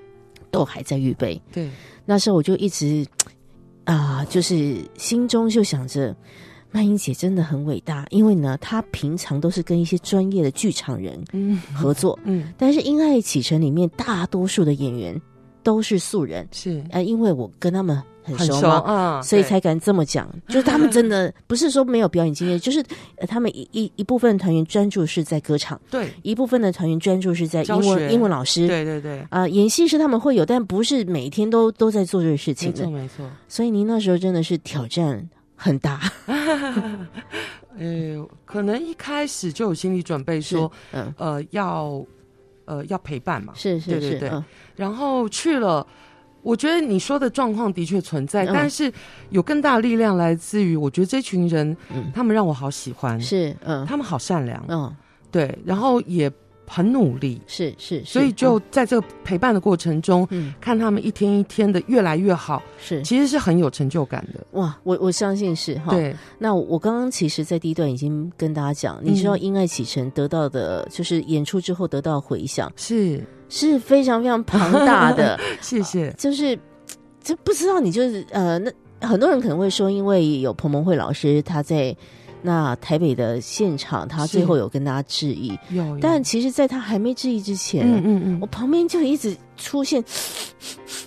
[SPEAKER 2] 都还在预备。
[SPEAKER 3] 对，
[SPEAKER 2] 那时候我就一直啊，就是心中就想着，曼英姐真的很伟大，因为呢，她平常都是跟一些专业的剧场人
[SPEAKER 3] 嗯
[SPEAKER 2] 合作，
[SPEAKER 3] 嗯
[SPEAKER 2] 但是《因爱启程》里面大多数的演员都是素人，
[SPEAKER 3] 是
[SPEAKER 2] 呃，因为我跟他们很
[SPEAKER 3] 很
[SPEAKER 2] 熟
[SPEAKER 3] 熟
[SPEAKER 2] 嘛。
[SPEAKER 3] 啊，
[SPEAKER 2] 所以
[SPEAKER 3] 对
[SPEAKER 2] 才敢这么讲，就是他们真的不是说没有表演经验，就是呃他们一一一部分团员专注是在歌唱，
[SPEAKER 3] 对
[SPEAKER 2] 一部分的团员专注是在英
[SPEAKER 3] 教
[SPEAKER 2] 文
[SPEAKER 3] 学
[SPEAKER 2] 英文老师，
[SPEAKER 3] 对对对，
[SPEAKER 2] 啊、演戏是他们会有，但不是每天都都在做这个事情
[SPEAKER 3] 没
[SPEAKER 2] 的
[SPEAKER 3] 错。没错，
[SPEAKER 2] 所以您那时候真的是挑战很
[SPEAKER 3] *laughs*
[SPEAKER 2] 大，
[SPEAKER 3] 呃，可能一开始就有心理准备说，
[SPEAKER 2] 嗯，
[SPEAKER 3] 呃，要呃要陪伴嘛，
[SPEAKER 2] 是是
[SPEAKER 3] 对对
[SPEAKER 2] 是，
[SPEAKER 3] 对
[SPEAKER 2] 嗯
[SPEAKER 3] 然后去了。我觉得你说的状况的确存在，
[SPEAKER 2] 嗯
[SPEAKER 3] 但是有更大的力量来自于，我觉得这群人，
[SPEAKER 2] 嗯，
[SPEAKER 3] 他们让我好喜欢，
[SPEAKER 2] 是嗯
[SPEAKER 3] 他们好善良，
[SPEAKER 2] 嗯
[SPEAKER 3] 对，然后也很努力，
[SPEAKER 2] 是是，嗯
[SPEAKER 3] 所以
[SPEAKER 2] 是
[SPEAKER 3] 就在这个陪伴的过程中，
[SPEAKER 2] 嗯
[SPEAKER 3] 看他们一天一天的越来越好，
[SPEAKER 2] 嗯是。
[SPEAKER 3] 其实是很有成就感的。
[SPEAKER 2] 哇，我我相信是哈。，
[SPEAKER 3] 对，嗯
[SPEAKER 2] 那我刚刚其实，在第一段已经跟大家讲，你知道《因爱启程》得到的，就是演出之后得到的回响
[SPEAKER 3] 是，
[SPEAKER 2] 是非常非常庞大的，
[SPEAKER 3] *laughs* 谢谢。
[SPEAKER 2] 就是就不知道你就是呃，那很多人可能会说，因为有彭蒙慧老师他在那台北的现场，他最
[SPEAKER 3] 是
[SPEAKER 2] 后有跟大家致意，
[SPEAKER 3] 有有
[SPEAKER 2] 但其实，在他还没致意之前，
[SPEAKER 3] 嗯嗯
[SPEAKER 2] 我
[SPEAKER 3] 嗯，
[SPEAKER 2] 旁边就一直出现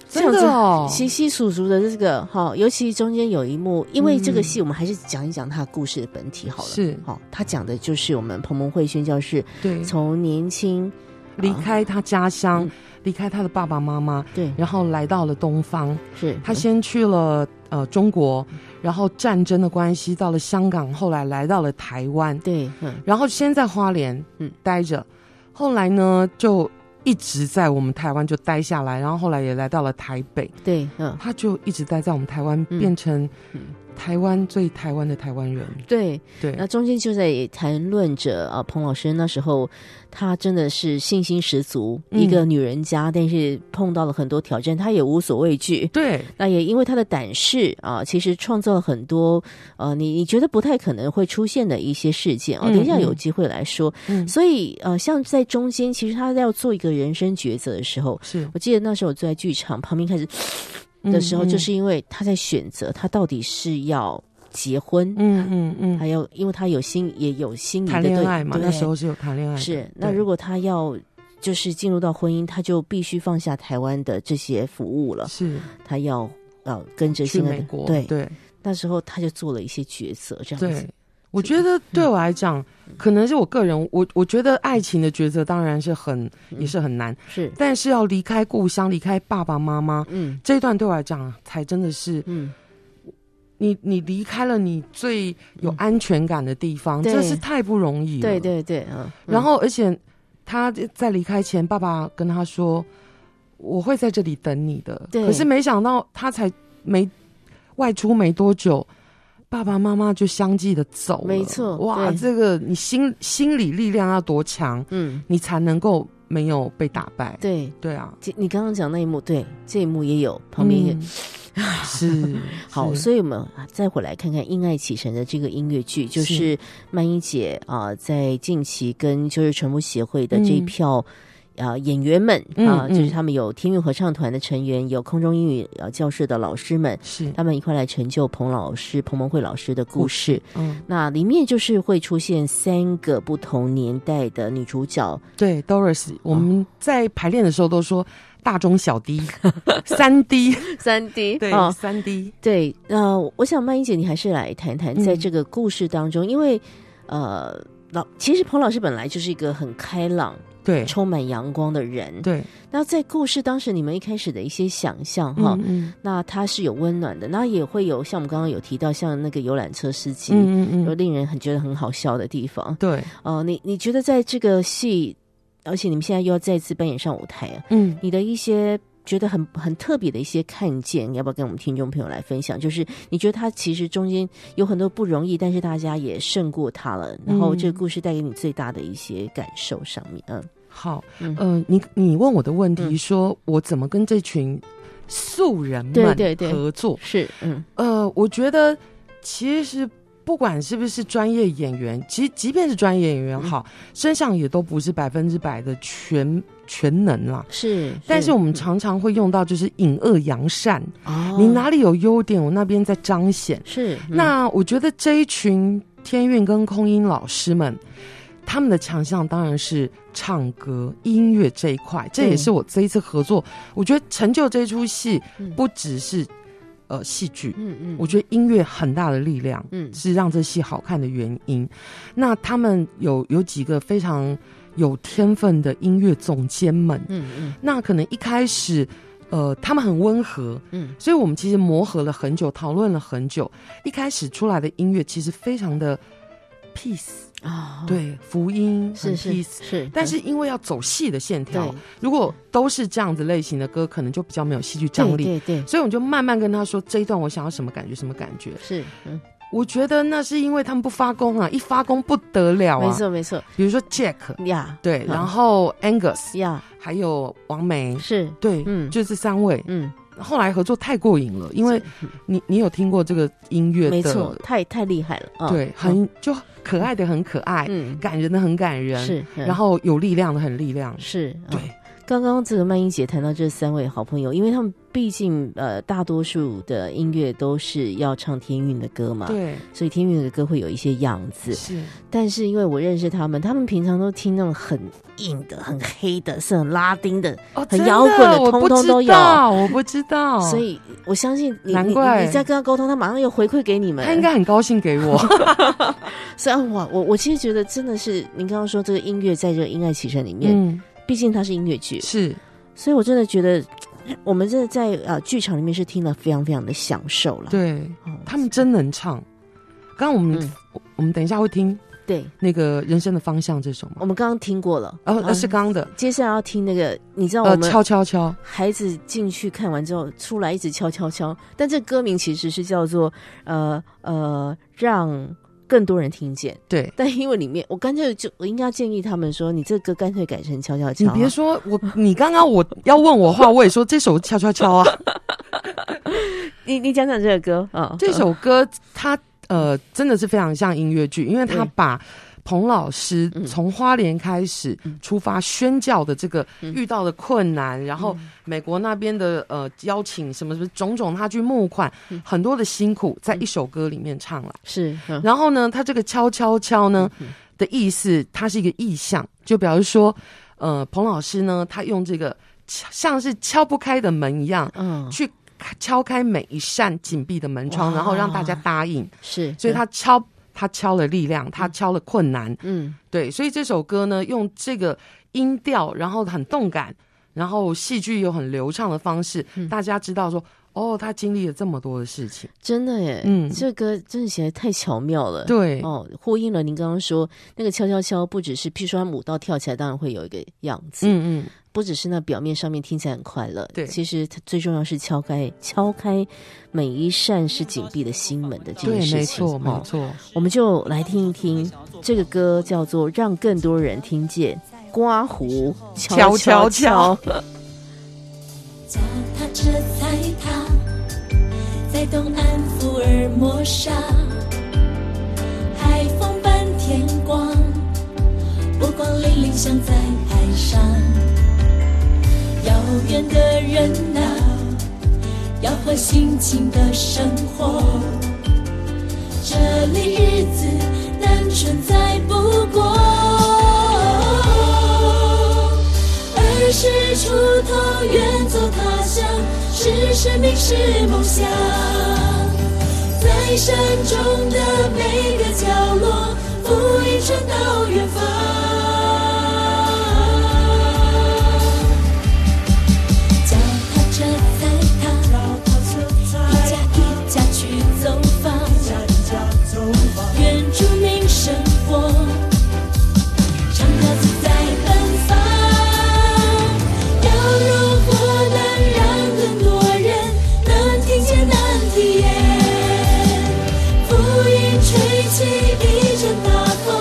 [SPEAKER 2] 这
[SPEAKER 3] 真
[SPEAKER 2] 样
[SPEAKER 3] 的
[SPEAKER 2] 子
[SPEAKER 3] 哦，
[SPEAKER 2] 稀稀疏疏的这个哈，尤其中间有一幕，因为这个戏我们还是讲一讲它故事的本体好了。
[SPEAKER 3] 嗯是嗯
[SPEAKER 2] 好，他讲的就是我们彭蒙慧宣教士
[SPEAKER 3] 对，
[SPEAKER 2] 从年轻
[SPEAKER 3] 离开他家乡
[SPEAKER 2] 嗯，
[SPEAKER 3] 离开他的爸爸妈妈，
[SPEAKER 2] 对
[SPEAKER 3] 然后来到了东方。
[SPEAKER 2] 是
[SPEAKER 3] 嗯
[SPEAKER 2] 嗯
[SPEAKER 3] 他先去了呃中国，然后战争的关系到了香港，后来来到了台湾，
[SPEAKER 2] 对嗯
[SPEAKER 3] 然后先在花莲
[SPEAKER 2] 嗯
[SPEAKER 3] 嗯待着，后来呢就一直在我们台湾就待下来，然后后来也来到了台北，
[SPEAKER 2] 对嗯
[SPEAKER 3] 他就一直待在我们台湾，
[SPEAKER 2] 嗯
[SPEAKER 3] 变成
[SPEAKER 2] 嗯
[SPEAKER 3] 台湾最台湾的台湾人。
[SPEAKER 2] 对，
[SPEAKER 3] 对，
[SPEAKER 2] 那中间就在谈论着啊，彭老师那时候她真的是信心十足，
[SPEAKER 3] 嗯
[SPEAKER 2] 一个女人家，但是碰到了很多挑战，她也无所畏惧。
[SPEAKER 3] 对，
[SPEAKER 2] 那也因为她的胆识啊，其实创造了很多呃，你你觉得不太可能会出现的一些事件啊。
[SPEAKER 3] 嗯
[SPEAKER 2] 等一下
[SPEAKER 3] 嗯
[SPEAKER 2] 有机会来说。
[SPEAKER 3] 嗯，
[SPEAKER 2] 所以呃，像在中间，其实她要做一个人生抉择的时候，
[SPEAKER 3] 是
[SPEAKER 2] 我记得那时候我坐在剧场旁边开始的时候，
[SPEAKER 3] 嗯
[SPEAKER 2] 就是因为她在选择她到底是要结婚，
[SPEAKER 3] 嗯嗯嗯
[SPEAKER 2] 还有，因为他有心也有心仪的
[SPEAKER 3] 谈恋爱嘛，
[SPEAKER 2] 对
[SPEAKER 3] 那时候是有谈恋爱的，
[SPEAKER 2] 是
[SPEAKER 3] 对。
[SPEAKER 2] 那如果他要就是进入到婚姻，他就必须放下台湾的这些服务了，
[SPEAKER 3] 是
[SPEAKER 2] 他要呃跟着
[SPEAKER 3] 去
[SPEAKER 2] 现在
[SPEAKER 3] 美
[SPEAKER 2] 的
[SPEAKER 3] 国，
[SPEAKER 2] 对，
[SPEAKER 3] 对
[SPEAKER 2] 那时候他就做了一些抉择，这样
[SPEAKER 3] 对
[SPEAKER 2] 子，嗯
[SPEAKER 3] 我觉得对我来讲，可能是我个人，我我觉得爱情的抉择当然是很
[SPEAKER 2] 嗯
[SPEAKER 3] 也是很难，
[SPEAKER 2] 是，
[SPEAKER 3] 但是要离开故乡，离开爸爸妈妈。
[SPEAKER 2] 嗯
[SPEAKER 3] 这一段对我来讲，啊才真的是
[SPEAKER 2] 嗯，
[SPEAKER 3] 你你离开了你最有
[SPEAKER 2] 嗯
[SPEAKER 3] 安全感的地方，
[SPEAKER 2] 对
[SPEAKER 3] 这是太不容易了。
[SPEAKER 2] 对对对，嗯，
[SPEAKER 3] 然后，而且他在离开前，爸爸跟他说：“我会在这里等你的。”
[SPEAKER 2] 对
[SPEAKER 3] 可是没想到，他才没外出没多久，爸爸妈妈就相继的走了。
[SPEAKER 2] 没错
[SPEAKER 3] 哇，
[SPEAKER 2] 对
[SPEAKER 3] 这个你心心理力量要多强，
[SPEAKER 2] 嗯，
[SPEAKER 3] 你才能够没有被打败？
[SPEAKER 2] 对。
[SPEAKER 3] 对啊，
[SPEAKER 2] 这你刚刚讲那一幕，对，这一幕也有，旁边
[SPEAKER 3] *laughs*
[SPEAKER 2] 也、
[SPEAKER 3] 嗯是
[SPEAKER 2] 好，
[SPEAKER 3] 是
[SPEAKER 2] 所以我们啊再回来看看《因爱启程》的这个音乐剧，就是曼英姐啊、在近期跟就是传播协会的这一
[SPEAKER 3] 嗯
[SPEAKER 2] 票。啊，演员们
[SPEAKER 3] 嗯
[SPEAKER 2] 啊，就是
[SPEAKER 3] 嗯
[SPEAKER 2] 他们有天韵合唱团的成员，有空中英语呃教室的老师们，
[SPEAKER 3] 是
[SPEAKER 2] 他们一块来成就彭老师、彭蒙慧老师的故事。
[SPEAKER 3] 嗯，
[SPEAKER 2] 那里面就是会出现三个不同年代的女主角，
[SPEAKER 3] 对，Doris，我们在排练的时候都说大中小 *laughs* D，三哦 D，
[SPEAKER 2] 三 D
[SPEAKER 3] 对
[SPEAKER 2] 啊，，
[SPEAKER 3] 三 D，
[SPEAKER 2] 对，那、我想曼英姐，你还是来谈谈
[SPEAKER 3] 嗯
[SPEAKER 2] 在这个故事当中，因为呃，老其实彭老师本来就是一个很开朗、
[SPEAKER 3] 对
[SPEAKER 2] 充满阳光的人。
[SPEAKER 3] 对，
[SPEAKER 2] 那在故事当时，你们一开始的一些想象哈，
[SPEAKER 3] 嗯嗯
[SPEAKER 2] 那他是有温暖的，那也会有像我们刚刚有提到，像那个游览车司机，
[SPEAKER 3] 嗯嗯
[SPEAKER 2] 有
[SPEAKER 3] 嗯，
[SPEAKER 2] 令人很觉得很好笑的地方。
[SPEAKER 3] 对，
[SPEAKER 2] 哦、你你觉得在这个戏，而且你们现在又要再次扮演上舞台啊，
[SPEAKER 3] 嗯，
[SPEAKER 2] 你的一些觉得很很特别的一些看见，你要不要跟我们听众朋友来分享？就是你觉得他其实中间有很多不容易，但是大家也胜过他了。然后
[SPEAKER 3] 嗯
[SPEAKER 2] 这个故事带给你最大的一些感受上面，嗯
[SPEAKER 3] 好，
[SPEAKER 2] 嗯
[SPEAKER 3] 呃，你你问我的问题
[SPEAKER 2] 嗯
[SPEAKER 3] 说，我怎么跟这群素人们
[SPEAKER 2] 对对对
[SPEAKER 3] 合作？
[SPEAKER 2] 是嗯
[SPEAKER 3] 呃，我觉得其实不管是不是专业演员，其实即便是专业演员
[SPEAKER 2] 嗯
[SPEAKER 3] 好，身上也都不是百分之百的全全能啦。
[SPEAKER 2] 是，嗯
[SPEAKER 3] 但是我们常常会用到，就是引恶扬善，
[SPEAKER 2] 哦，
[SPEAKER 3] 你哪里有优点，我那边在彰显。
[SPEAKER 2] 是、嗯
[SPEAKER 3] 那我觉得这一群天韵跟空音老师们，他们的强项当然是唱歌、音乐这一块，这也是我这一次合作，我觉得成就这出戏
[SPEAKER 2] 嗯
[SPEAKER 3] 不只是呃戏剧，
[SPEAKER 2] 嗯嗯，
[SPEAKER 3] 我觉得音乐很大的力量
[SPEAKER 2] 嗯
[SPEAKER 3] 是让这戏好看的原因。那他们有有几个非常有天分的音乐总监们，
[SPEAKER 2] 嗯嗯
[SPEAKER 3] 那可能一开始。呃，他们很温和，
[SPEAKER 2] 嗯
[SPEAKER 3] 所以我们其实磨合了很久，讨论了很久。一开始出来的音乐其实非常的 peace，、
[SPEAKER 2] 啊，
[SPEAKER 3] 对，福音
[SPEAKER 2] 是
[SPEAKER 3] 很
[SPEAKER 2] 是
[SPEAKER 3] peace。
[SPEAKER 2] 是，嗯
[SPEAKER 3] 但是因为要走戏的线
[SPEAKER 2] 对
[SPEAKER 3] 条，如果都是这样子类型的歌，可能就比较没有戏剧张力。
[SPEAKER 2] 对对对
[SPEAKER 3] 所以我们就慢慢跟他说这一段我想要什么感觉，什么感觉。
[SPEAKER 2] 是嗯，
[SPEAKER 3] 我觉得那是因为他们不发功啊，一发功不得了
[SPEAKER 2] 没
[SPEAKER 3] 啊。
[SPEAKER 2] 错没错
[SPEAKER 3] 比如说 Jack，
[SPEAKER 2] 呀
[SPEAKER 3] 对，
[SPEAKER 2] 嗯
[SPEAKER 3] 然后 Angus，
[SPEAKER 2] 呀
[SPEAKER 3] 还有王梅，
[SPEAKER 2] 是
[SPEAKER 3] 对，
[SPEAKER 2] 嗯
[SPEAKER 3] 就这三位。
[SPEAKER 2] 嗯，
[SPEAKER 3] 后来合作太过瘾了，因为你你有听过这个音乐的，
[SPEAKER 2] 没错，太太厉害了啊，
[SPEAKER 3] 对，很就可爱的很可爱，
[SPEAKER 2] 嗯
[SPEAKER 3] 感人的很感人，
[SPEAKER 2] 是，嗯
[SPEAKER 3] 然后有力量的很力量，
[SPEAKER 2] 是
[SPEAKER 3] 对
[SPEAKER 2] 嗯。刚刚这个曼英姐谈到这三位好朋友，因为他们毕竟呃大多数的音乐都是要唱天韵的歌嘛，
[SPEAKER 3] 对，
[SPEAKER 2] 所以天韵的歌会有一些样子。
[SPEAKER 3] 是，
[SPEAKER 2] 但嗯是因为我认识他们，他们平常都听那种很硬的、很黑的，是很拉丁的，
[SPEAKER 3] 哦，
[SPEAKER 2] 很
[SPEAKER 3] 真
[SPEAKER 2] 摇滚的
[SPEAKER 3] 我不
[SPEAKER 2] 通通
[SPEAKER 3] 知
[SPEAKER 2] 都有
[SPEAKER 3] 道我不知道，
[SPEAKER 2] 所以我相信你，
[SPEAKER 3] 哦难
[SPEAKER 2] 你
[SPEAKER 3] 怪
[SPEAKER 2] 你在跟他沟通，他马上又回馈给你们。
[SPEAKER 3] 他应该很高兴
[SPEAKER 2] *laughs*
[SPEAKER 3] 给我。
[SPEAKER 2] 虽然我我我其实觉得真的是您刚刚说这个音乐在这个《音爱启程》里面，
[SPEAKER 3] 嗯，
[SPEAKER 2] 毕竟它是音乐剧，
[SPEAKER 3] 是，
[SPEAKER 2] 所以我真的觉得我们真的在呃剧场里面是听了非常非常的享受了。
[SPEAKER 3] 对
[SPEAKER 2] 哦，
[SPEAKER 3] 他们真能唱。刚刚我们、
[SPEAKER 2] 嗯
[SPEAKER 3] 我我们等一下会听
[SPEAKER 2] 对，
[SPEAKER 3] 那个人生的方向这首吗？
[SPEAKER 2] 我们刚刚听过了，
[SPEAKER 3] 哦，
[SPEAKER 2] 啊
[SPEAKER 3] 呃，是刚刚的，
[SPEAKER 2] 接下来要听那个，你知道我
[SPEAKER 3] 呃，
[SPEAKER 2] 们
[SPEAKER 3] 敲敲敲，
[SPEAKER 2] 孩子进去看完之后出来一直敲敲敲，但这歌名其实是叫做呃呃让。更多人听见， *laughs*
[SPEAKER 3] 对。
[SPEAKER 2] 但因为里面，我干脆就我应该建议他们说，你这歌干脆改成敲敲敲、啊
[SPEAKER 3] 你别，说我，你刚刚我要问我话，我也说这首敲敲敲啊，
[SPEAKER 2] 你你讲讲这个歌啊，
[SPEAKER 3] 这首歌它呃真的是非常像音乐剧，因为它
[SPEAKER 2] 对
[SPEAKER 3] 把彭老师
[SPEAKER 2] 嗯
[SPEAKER 3] 从花莲开始出发宣教的这个
[SPEAKER 2] 嗯
[SPEAKER 3] 遇到的困难，然后美国那边的呃邀请什么什么种种，他去募款，
[SPEAKER 2] 嗯
[SPEAKER 3] 很多的辛苦在一首歌里面唱来。
[SPEAKER 2] 是，嗯
[SPEAKER 3] 然后呢，它这个敲敲敲呢的意思，它是一个意象，就表示说，呃，彭老师呢，他用这个敲像是敲不开的门一样，
[SPEAKER 2] 嗯，
[SPEAKER 3] 去敲开每一扇紧闭的门窗，
[SPEAKER 2] 哇
[SPEAKER 3] 然后让大家答应。
[SPEAKER 2] 是，嗯
[SPEAKER 3] 所以他敲，他敲了力量，他敲了困难。
[SPEAKER 2] 嗯
[SPEAKER 3] 对，所以这首歌呢，用这个音调，然后很动感，然后戏剧有很流畅的方式，
[SPEAKER 2] 嗯
[SPEAKER 3] 大家知道说，哦，他经历了这么多的事情。
[SPEAKER 2] 真的耶，
[SPEAKER 3] 嗯
[SPEAKER 2] 这歌真的写的太巧妙了，
[SPEAKER 3] 对，
[SPEAKER 2] 哦，呼应了您刚刚说那个敲敲敲，不只是譬如说他舞蹈跳起来，当然会有一个样子，
[SPEAKER 3] 嗯嗯，
[SPEAKER 2] 不只是那表面上面听起来很快乐，
[SPEAKER 3] 对
[SPEAKER 2] 其实它最重要是敲开敲开每一扇是紧闭的心门的这
[SPEAKER 3] 对
[SPEAKER 2] 件，事
[SPEAKER 3] 没
[SPEAKER 2] 情，
[SPEAKER 3] 错，没
[SPEAKER 2] 哦，
[SPEAKER 3] 错。
[SPEAKER 2] 我们就来听一听这个歌，叫做《让更多人听见》，刮胡
[SPEAKER 3] 敲
[SPEAKER 2] 敲
[SPEAKER 3] 敲敲。
[SPEAKER 5] 脚踏车踩踏，在东岸福尔摩沙，海风般天光，波光粼粼像在海上。遥远的人啊，要过辛勤的生活，这里日子单纯再不过。二十出头，远走他乡，是生命，是梦想。在山中的每个角落，福音传到远方。脚踏车踩踏，一家一家去走访，原住民生活。唱歌自在奔放，要如何能让更多人能听见、能体验？福音吹起一阵大风，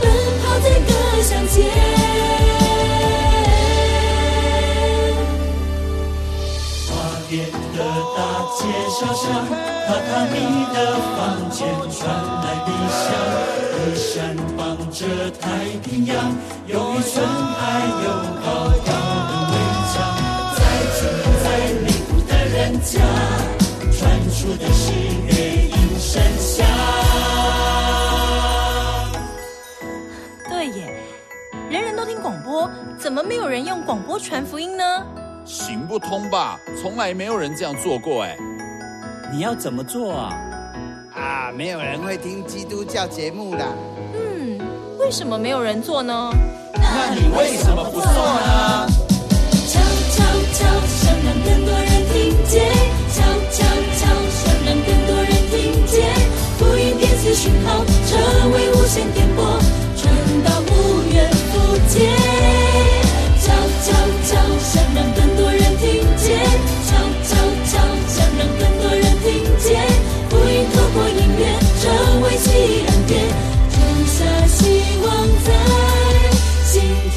[SPEAKER 5] 奔跑在歌声间。
[SPEAKER 6] 对耶，人人都听广播，哦怎么没有人用广播传福音呢？
[SPEAKER 7] 行不通吧？从来没有人这样做过哎。
[SPEAKER 8] 你要怎么做啊？
[SPEAKER 9] 啊，没有人会听基督教节目啦。
[SPEAKER 6] 嗯，为什么没有人做呢？
[SPEAKER 9] 那你为什么不做呢？
[SPEAKER 5] 敲敲敲，想让更多人听见。敲敲敲，想让更多人听见。福音电子讯号成为无线电波，传到无远不见。敲敲敲，想让更多人听见。敲敲敲，想让更多人听见。福音透过音乐成为奇恩典，种下希望在心田。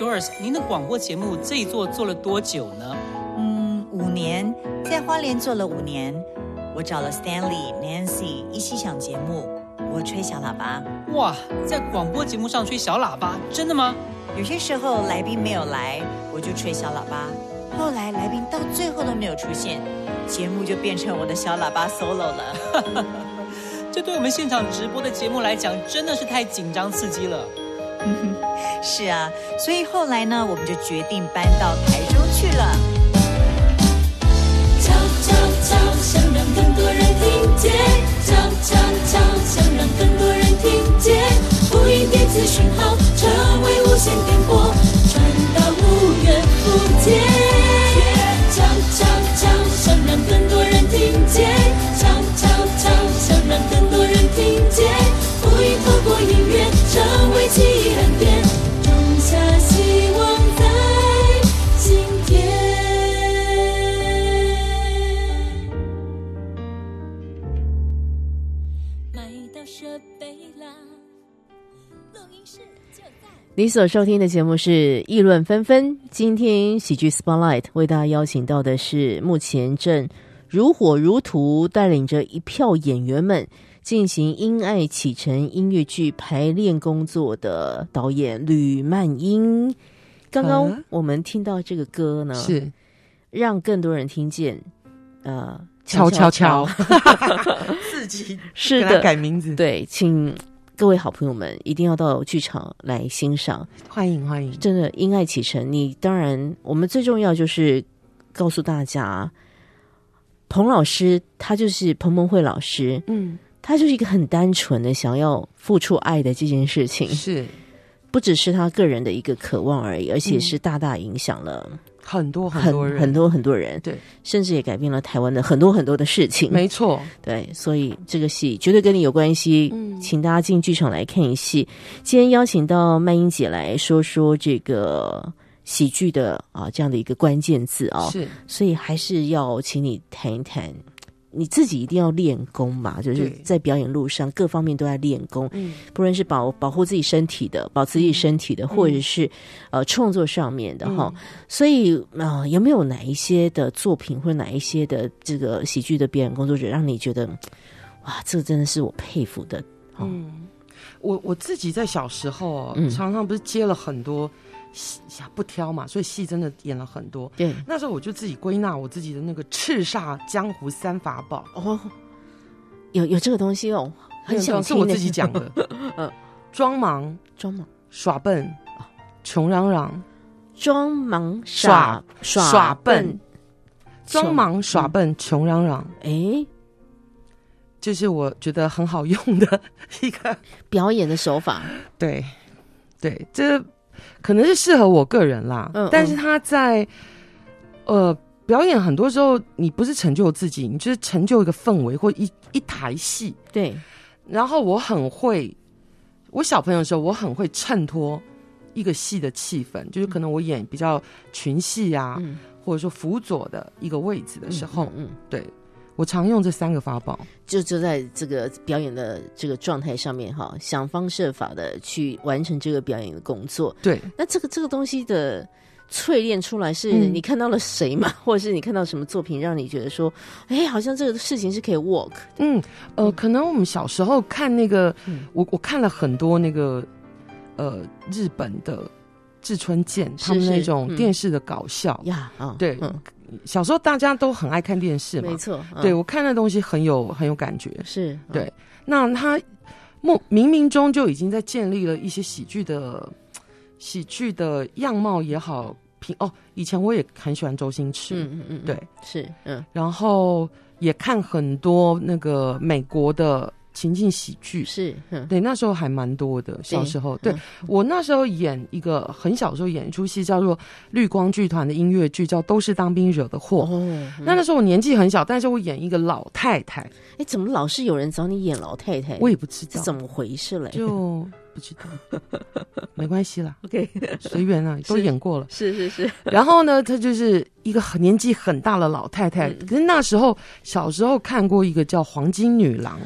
[SPEAKER 8] ，Doris，您的广播节目这一做做了多久呢？
[SPEAKER 10] 嗯，五年在花莲做了五年，我找了 Stanley、Nancy 一起想节目，我吹小喇叭。
[SPEAKER 8] 哇，在广播节目上吹小喇叭，真的吗？
[SPEAKER 10] 有些时候来宾没有来，我就吹小喇叭。后来来宾到最后都没有出现，节目就变成我的小喇叭 solo 了。 *laughs*
[SPEAKER 8] 这对我们现场直播的节目来讲，真的是太紧张刺激了。
[SPEAKER 10] 是啊，所以后来呢，我们就决定搬到台中去了。
[SPEAKER 5] 敲敲敲，想让更多人听见。敲敲敲，想让更多人听见。福音电子讯号成为无线电波，传到无远不见。敲敲敲，想让更多人听见。敲敲敲，想让更多人听见。福音透过音乐成为记忆燃点，种下希望在心田。买到设备啦，录音室就在。
[SPEAKER 2] 你所收听的节目是《议论纷纷》，今天喜剧 Spotlight 为大家邀请到的是目前正如火如荼带领着一票演员们进行因爱启程音乐剧排练工作的导演吕曼英。刚刚
[SPEAKER 3] 啊
[SPEAKER 2] 我们听到这个歌呢，
[SPEAKER 3] 是
[SPEAKER 2] 让更多人听见，呃，
[SPEAKER 3] 敲
[SPEAKER 2] 敲
[SPEAKER 3] 敲敲， *laughs* 自己
[SPEAKER 2] 是
[SPEAKER 3] 给他
[SPEAKER 2] 的，
[SPEAKER 3] 改名字，，
[SPEAKER 2] 对，请各位好朋友们一定要到剧场来欣赏。
[SPEAKER 3] 欢迎欢迎，
[SPEAKER 2] 真的因爱启程。你当然，我们最重要就是告诉大家，彭老师他就是彭蒙慧老师，
[SPEAKER 3] 嗯，
[SPEAKER 2] 他就是一个很单纯的想要付出爱的这件事情，
[SPEAKER 3] 是
[SPEAKER 2] 不只是他个人的一个渴望而已，而且是大大影响了
[SPEAKER 3] 很多
[SPEAKER 2] 很、
[SPEAKER 3] 嗯很多人，
[SPEAKER 2] 很多很多人，
[SPEAKER 3] 对，
[SPEAKER 2] 甚至也改变了台湾的很多很多的事情。
[SPEAKER 3] 没错，
[SPEAKER 2] 对，所以这个戏绝对跟你有关系，
[SPEAKER 3] 嗯
[SPEAKER 2] 请大家进剧场来看一戏。今天邀请到曼英姐来说说这个喜剧的啊这样的一个关键字啊、
[SPEAKER 3] 是
[SPEAKER 2] 所以还是要请你谈一谈，你自己一定要练功嘛，就是
[SPEAKER 3] 对
[SPEAKER 2] 在表演路上各方面都在练功，
[SPEAKER 3] 嗯
[SPEAKER 2] 不论是保保护自己身体的，保持自己身体的，或
[SPEAKER 3] 嗯
[SPEAKER 2] 者是呃创作上面的哈。所以啊、呃有没有哪一些的作品或者哪一些的这个喜剧的表演工作者，让你觉得哇，这个真的是我佩服的？哦
[SPEAKER 3] 嗯，我我自己在小时候、哦
[SPEAKER 2] 嗯
[SPEAKER 3] 常常不是接了很多戏，不挑嘛，所以戏真的演了很多。
[SPEAKER 2] 对，
[SPEAKER 3] 那时候我就自己归纳我自己的那个叱咤江湖三法宝，
[SPEAKER 2] 哦，有有这个东西哦，很想
[SPEAKER 3] 是
[SPEAKER 2] 听
[SPEAKER 3] 我
[SPEAKER 2] 呢
[SPEAKER 3] 自己讲的，
[SPEAKER 2] 嗯
[SPEAKER 3] *laughs* 嗯，装忙、
[SPEAKER 2] 装忙
[SPEAKER 3] 耍笨、穷嚷嚷、
[SPEAKER 2] 装忙
[SPEAKER 3] 耍
[SPEAKER 2] 耍
[SPEAKER 3] 耍笨
[SPEAKER 2] 笨，
[SPEAKER 3] 装忙、耍笨、穷嚷嚷，
[SPEAKER 2] 哎，
[SPEAKER 3] 这是我觉得很好用的 *laughs* 一个，
[SPEAKER 2] 表演的手法，
[SPEAKER 3] 对，对，这可能是适合我个人啦，
[SPEAKER 2] 嗯
[SPEAKER 3] 但是他在呃表演很多时候，你不是成就自己，你就是成就一个氛围或一一台戏。
[SPEAKER 2] 对，
[SPEAKER 3] 然后我很会，我小朋友的时候，我很会衬托一个戏的气氛，就是可能我演比较群戏啊，
[SPEAKER 2] 嗯，
[SPEAKER 3] 或者说辅佐的一个位置的时候，
[SPEAKER 2] 嗯。嗯
[SPEAKER 3] 对我常用这三个法宝。
[SPEAKER 2] 就就在这个表演的这个状态上面哈，想方设法的去完成这个表演的工作。
[SPEAKER 3] 对，
[SPEAKER 2] 那这个这个东西的淬炼出来，是
[SPEAKER 3] 嗯
[SPEAKER 2] 你看到了谁嘛， *laughs* 或者是你看到什么作品，让你觉得说，哎，好像这个事情是可以 work
[SPEAKER 3] 嗯，呃，可能我们小时候看那个，
[SPEAKER 2] 嗯
[SPEAKER 3] 我我看了很多那个，呃，日本的志村健
[SPEAKER 2] 是
[SPEAKER 3] 他们那
[SPEAKER 2] 是
[SPEAKER 3] 种
[SPEAKER 2] 嗯
[SPEAKER 3] 电视的搞笑。
[SPEAKER 2] 呀啊，
[SPEAKER 3] 对
[SPEAKER 2] 嗯，
[SPEAKER 3] 小时候大家都很爱看电视嘛
[SPEAKER 2] 没，错，嗯
[SPEAKER 3] 对我看那东西很有很有感觉。
[SPEAKER 2] 是，嗯
[SPEAKER 3] 对那他梦冥冥中就已经在建立了一些喜剧的喜剧的样貌也好，平哦，以前我也很喜欢周星驰，
[SPEAKER 2] 嗯嗯嗯，嗯
[SPEAKER 3] 对，
[SPEAKER 2] 是，嗯
[SPEAKER 3] 然后也看很多那个美国的情境喜剧。
[SPEAKER 2] 是，嗯
[SPEAKER 3] 对，那时候还蛮多的。小时候，对
[SPEAKER 2] 嗯
[SPEAKER 3] 我那时候演一个很小时候演一出戏，叫做绿光剧团的音乐剧，叫《都是当兵惹的祸》。
[SPEAKER 2] 哦，
[SPEAKER 3] 那那时候我年纪很小，但是我演一个老太太，
[SPEAKER 2] 哎，怎么老是有人找你演老太太？
[SPEAKER 3] 我也不知
[SPEAKER 2] 是
[SPEAKER 3] 道
[SPEAKER 2] 怎么回事嘞？
[SPEAKER 3] 就不知道，
[SPEAKER 2] *laughs*
[SPEAKER 3] 没关系啦，
[SPEAKER 2] OK，
[SPEAKER 3] 随缘啊，都演过了。
[SPEAKER 2] *laughs* 是是是，
[SPEAKER 3] 然后呢，她就是一个很年纪很大的老太太，
[SPEAKER 2] 嗯
[SPEAKER 3] 可是那时候小时候看过一个叫《黄金女郎》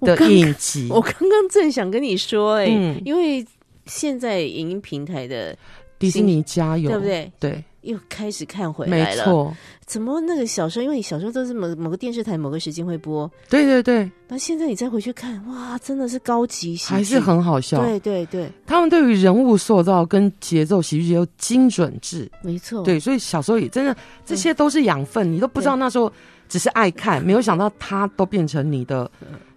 [SPEAKER 2] 我刚
[SPEAKER 3] 的影集，
[SPEAKER 2] 我刚刚正想跟你说、哎、
[SPEAKER 3] 嗯
[SPEAKER 2] 因为现在影音平台的
[SPEAKER 3] 迪士尼加油，
[SPEAKER 2] 对不对？
[SPEAKER 3] 对，
[SPEAKER 2] 又开始看回来
[SPEAKER 3] 没
[SPEAKER 2] 了。
[SPEAKER 3] 错，
[SPEAKER 2] 怎么那个小时候，因为你小时候都是某某个电视台某个时间会播，
[SPEAKER 3] 对对对，
[SPEAKER 2] 那现在你再回去看，哇，真的是高级喜剧，
[SPEAKER 3] 还是很好笑。
[SPEAKER 2] 对对对，
[SPEAKER 3] 他们对于人物塑造跟节奏、喜剧节奏精准制，
[SPEAKER 2] 没错，
[SPEAKER 3] 对，所以小时候也真的这些都是养分，你都不知道那时候只是爱看，
[SPEAKER 2] 嗯
[SPEAKER 3] 没有想到它都变成你的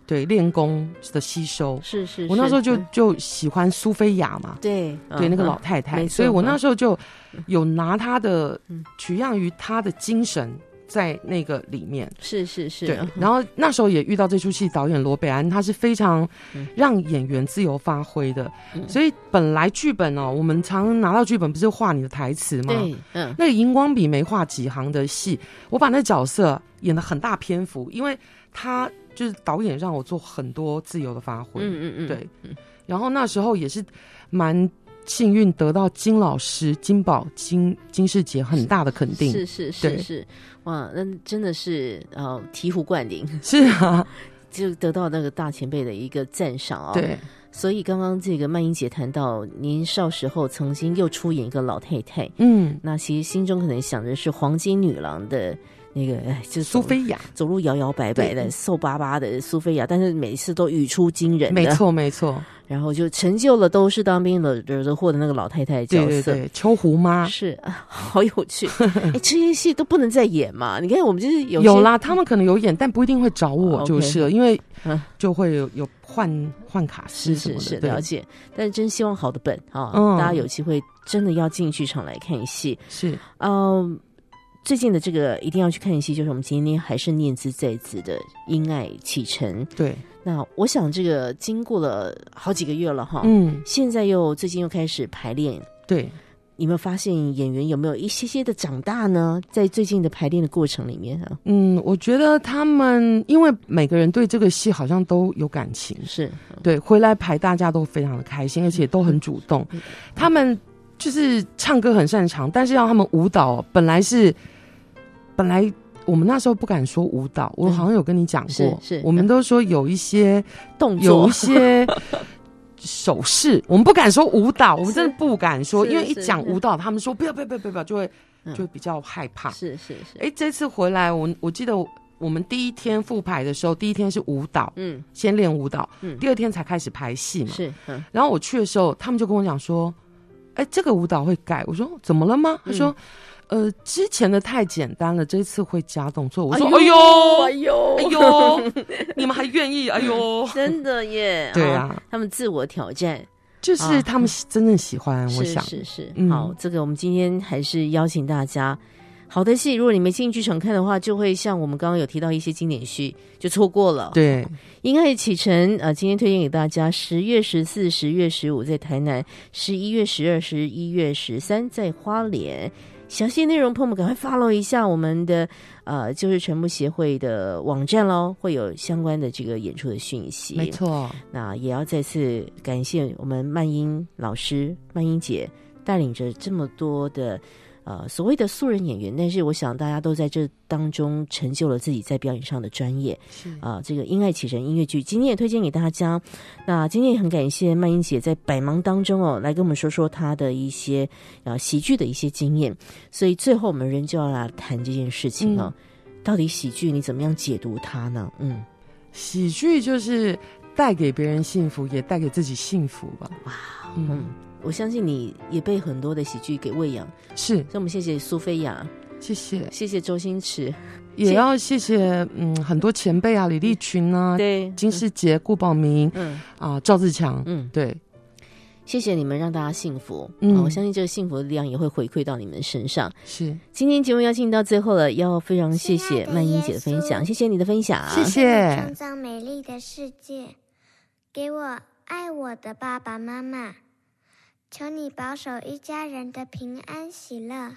[SPEAKER 3] 对练功的吸收。
[SPEAKER 2] 是嗯是是。
[SPEAKER 3] 我那时候就
[SPEAKER 2] 嗯
[SPEAKER 3] 就喜欢苏菲亚嘛，
[SPEAKER 2] 对
[SPEAKER 3] 对，
[SPEAKER 2] 嗯
[SPEAKER 3] 那个
[SPEAKER 2] 嗯
[SPEAKER 3] 老太太，
[SPEAKER 2] 没
[SPEAKER 3] 所以
[SPEAKER 2] 错
[SPEAKER 3] 我那
[SPEAKER 2] 嗯
[SPEAKER 3] 时候就有拿她的取样于她的精神在那个里面。
[SPEAKER 2] 是是是，
[SPEAKER 3] 对
[SPEAKER 2] 嗯，
[SPEAKER 3] 然后那时候也遇到这出戏导演罗北安，他是非常
[SPEAKER 2] 嗯
[SPEAKER 3] 让演员自由发挥的，所以本来剧本哦，我们常拿到剧本不是画你的台词吗？
[SPEAKER 2] 对，嗯，
[SPEAKER 3] 那个荧光笔没画几行的戏，我把那角色演的很大篇幅，因为他就是导演让我做很多自由的发挥，
[SPEAKER 2] 嗯嗯嗯，
[SPEAKER 3] 对，然后那时候也是蛮幸运得到金老师、金宝、金金世杰很大的肯定，
[SPEAKER 2] 是是是
[SPEAKER 3] 对
[SPEAKER 2] 是，哇，那真的是呃醍醐灌顶， *laughs*
[SPEAKER 3] 是啊，
[SPEAKER 2] 就得到那个大前辈的一个赞赏哦。
[SPEAKER 3] 对，
[SPEAKER 2] 所以刚刚这个曼英姐谈到，您少时候曾经又出演一个老太太，
[SPEAKER 3] 嗯，
[SPEAKER 2] 那其实心中可能想着是黄金女郎的那个，哎，就是
[SPEAKER 3] 苏菲亚。
[SPEAKER 2] 走路摇摇摆摆的、
[SPEAKER 3] 对
[SPEAKER 2] 瘦巴巴的苏菲亚，啊但是每次都语出惊人的，
[SPEAKER 3] 没，错，没错，
[SPEAKER 2] 然后就成就了都是当兵惹惹的祸的那个老太太 *laughs* 角
[SPEAKER 3] 对
[SPEAKER 2] 色。
[SPEAKER 3] 对对，秋胡妈
[SPEAKER 2] 是啊，好有
[SPEAKER 3] *laughs*
[SPEAKER 2] 趣。哎，这些戏都不能再演嘛？你看，我们就是有
[SPEAKER 3] 有
[SPEAKER 2] 些，哦
[SPEAKER 3] 啦，他们可能有演，但不一定会找我，
[SPEAKER 2] OK
[SPEAKER 3] 就是了，因为
[SPEAKER 2] 嗯
[SPEAKER 3] 就会有有换换卡
[SPEAKER 2] 是
[SPEAKER 3] 司什么
[SPEAKER 2] 是
[SPEAKER 3] 的，
[SPEAKER 2] 是，
[SPEAKER 3] 对
[SPEAKER 2] 了解。但真希望好的本啊，
[SPEAKER 3] 嗯
[SPEAKER 2] 大家有机会真的要进剧场来看戏。
[SPEAKER 3] 是
[SPEAKER 2] 嗯，最近的这个一定要去看戏，就是我们今天还是念兹在兹的《因爱启程》。
[SPEAKER 3] 对，
[SPEAKER 2] 那我想，这个经过了好几个月了哈，
[SPEAKER 3] 嗯，
[SPEAKER 2] 现在又最近又开始排练，
[SPEAKER 3] 对，
[SPEAKER 2] 你有没有发现演员有没有一些些的长大呢？在最近的排练的过程里面啊，
[SPEAKER 3] 嗯，我觉得他们因为每个人对这个戏好像都有感情，
[SPEAKER 2] 是
[SPEAKER 3] 对，回来排大家都非常的开心，而
[SPEAKER 2] 嗯
[SPEAKER 3] 且都很主动。他们就是唱歌很擅长，但是要他们舞蹈，本来是本来我们那时候不敢说舞蹈，我
[SPEAKER 2] 嗯
[SPEAKER 3] 好像有跟你讲过，
[SPEAKER 2] 是是嗯
[SPEAKER 3] 我们都说有一些
[SPEAKER 2] 动
[SPEAKER 3] 有
[SPEAKER 2] 作
[SPEAKER 3] 一些手势，我们不敢说舞蹈，我们真的不敢说，
[SPEAKER 2] 是
[SPEAKER 3] 因为一
[SPEAKER 2] 是
[SPEAKER 3] 讲
[SPEAKER 2] 是
[SPEAKER 3] 舞蹈，他们说不要不要不要不要，就会
[SPEAKER 2] 嗯
[SPEAKER 3] 就会比较害怕。
[SPEAKER 2] 是是是，
[SPEAKER 3] 哎，这次回来，我我记得我们第一天复排的时候，第一天是舞蹈，
[SPEAKER 2] 嗯
[SPEAKER 3] 先练舞蹈，
[SPEAKER 2] 嗯
[SPEAKER 3] 第二天才开始排戏嘛。
[SPEAKER 2] 是嗯
[SPEAKER 3] 然后我去的时候，他们就跟我讲说：“哎，这个舞蹈会改。”我说：“怎么了吗？”他说：“呃，之前的太简单了，这次会加动作。”我说：“哎呦，
[SPEAKER 2] 哎呦
[SPEAKER 3] 哎呦，你们还愿意？哎呦，
[SPEAKER 2] 真的耶，
[SPEAKER 3] 对
[SPEAKER 2] 啊，
[SPEAKER 3] 啊，
[SPEAKER 2] 他们自我挑战，
[SPEAKER 3] 就是他们真正喜欢，我
[SPEAKER 2] 是
[SPEAKER 3] 想
[SPEAKER 2] 是是，
[SPEAKER 3] 嗯
[SPEAKER 2] 好，这个我们今天还是邀请大家。好的戏，如果你没进剧场看的话，就会像我们刚刚有提到一些经典戏，就错过了。
[SPEAKER 3] 对，
[SPEAKER 2] 因爱启程，呃，今天推荐给大家，十月十四、十月十五在台南，十一月十二、十一月十三在花莲。详细内容，朋友们赶快 follow 一下我们的呃，就是全部协会的网站喽，会有相关的这个演出的讯息。
[SPEAKER 3] 没，错，
[SPEAKER 2] 那也要再次感谢我们曼英老师、曼英姐带领着这么多的呃所谓的素人演员，但是我想大家都在这当中成就了自己在表演上的专业。
[SPEAKER 3] 是
[SPEAKER 2] 啊、这个《因爱启程》音乐剧，今天也推荐给大家。那今天也很感谢曼英姐在百忙当中哦，来跟我们说说她的一些呃喜剧的一些经验。所以最后我们仍旧要来谈这件事情哦，到底喜剧你怎么样解读它呢？嗯，
[SPEAKER 3] 喜剧就是带给别人幸福，也带给自己幸福吧。哇，
[SPEAKER 2] 嗯
[SPEAKER 3] 嗯，
[SPEAKER 2] 我相信你也被很多的喜剧给喂养，
[SPEAKER 3] 是，
[SPEAKER 2] 所以我们谢谢苏菲亚，
[SPEAKER 3] 谢谢，
[SPEAKER 2] 谢谢周星驰，
[SPEAKER 3] 也要谢谢嗯很多前辈啊，李立群啊，
[SPEAKER 2] 对，
[SPEAKER 3] 金世杰、顾宝明
[SPEAKER 2] 嗯
[SPEAKER 3] 啊，赵自强，
[SPEAKER 2] 嗯，
[SPEAKER 3] 对，
[SPEAKER 2] 谢谢你们让大家幸福，
[SPEAKER 3] 嗯
[SPEAKER 2] 啊我相信这个幸福的力量也会回馈到你们身上。
[SPEAKER 3] 是，
[SPEAKER 2] 今天节目邀请到最后了，要非常谢谢曼英姐的分享，谢谢你的分享，
[SPEAKER 3] 谢谢。
[SPEAKER 11] 创造美丽的世界，给我爱我的爸爸妈妈，求你保守一家人的平安喜乐。哦，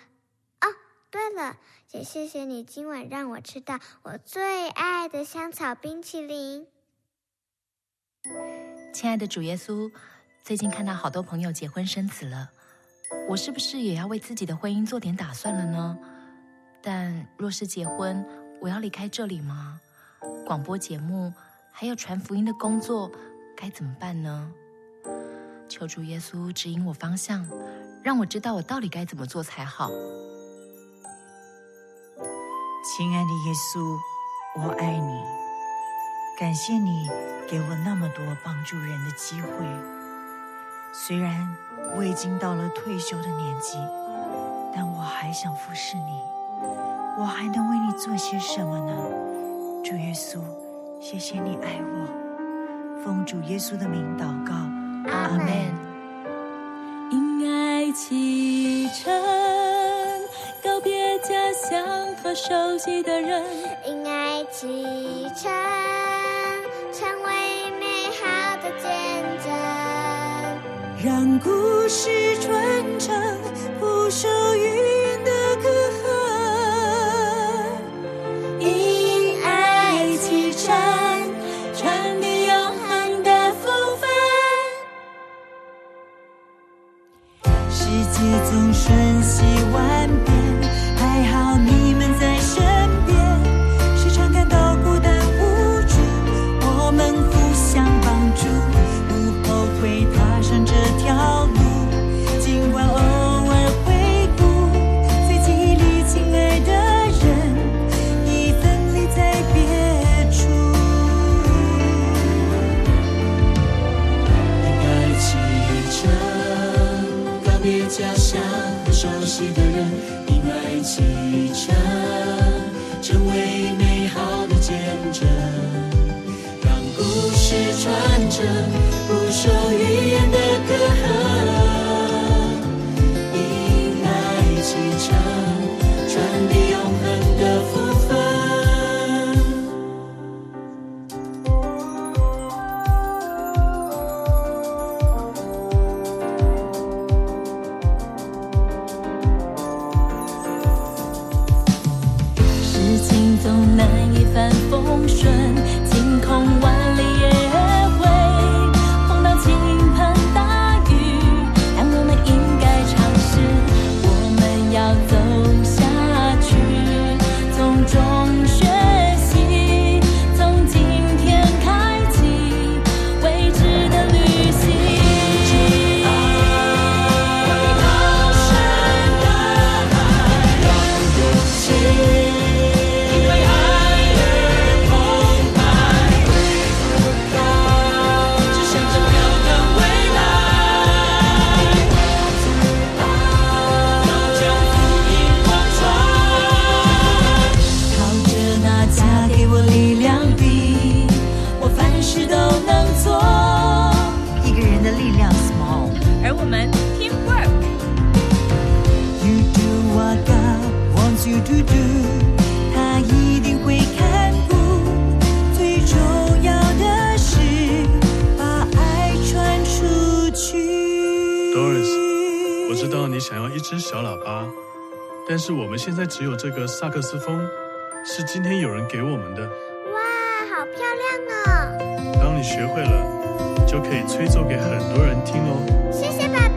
[SPEAKER 11] 对了，也谢谢你今晚让我吃到我最爱的香草冰淇淋。
[SPEAKER 12] 亲爱的主耶稣，最近看到好多朋友结婚生子了，我是不是也要为自己的婚姻做点打算了呢？但若是结婚，我要离开这里吗？广播节目还有传福音的工作该怎么办呢？求主耶稣指引我方向，让我知道我到底该怎么做才好。
[SPEAKER 10] 亲爱的耶稣，我爱你，感谢你给我那么多帮助人的机会。虽然我已经到了退休的年纪，但我还想服侍你，我还能为你做些什么呢？主耶稣，谢谢你爱我，奉主耶稣的名祷告，阿门。
[SPEAKER 5] 因爱启程，告别家乡和熟悉的人。
[SPEAKER 11] 因爱启程，成为美好的见证。
[SPEAKER 5] 让故事传承不朽云的隔阂，因爱启程，传递永恒的风范。
[SPEAKER 13] 世界总瞬息万变，还好你们在身边。时常感到孤单无助，我们互相帮助，不后悔踏上这条路。尽管偶尔会哭，在记忆里亲爱的人已分离在别处。
[SPEAKER 4] 应该启程，告别家乡和熟悉的人，应该启程，成为美好的见证，让故事传承不朽语言的隔阂。应该启程，传递永恒的福分。
[SPEAKER 5] 事情总难以反风顺，晴空万里也会碰到倾盆大雨，但我们应该尝试，我们要走下去，从中学习，从今天开启未知的旅行。高山的海，让勇气。因为爱而澎湃，为何高，只想着飘荡未来。高将福音广传，
[SPEAKER 13] 靠着那加给我力量的，我凡事都能做。
[SPEAKER 10] 一个人的力量 small，而我们 teamwork。
[SPEAKER 13] You do what God wants you to do，他一定会看顾。最重要的是把爱传出去。
[SPEAKER 14] Doris，我知道你想要一只小喇叭，但是我们现在只有这个萨克斯风，是今天有人给我们的。
[SPEAKER 11] 哇，好漂亮哦！
[SPEAKER 14] 当你学会了，就可以吹奏给很多人听哦。
[SPEAKER 11] 谢谢爸爸。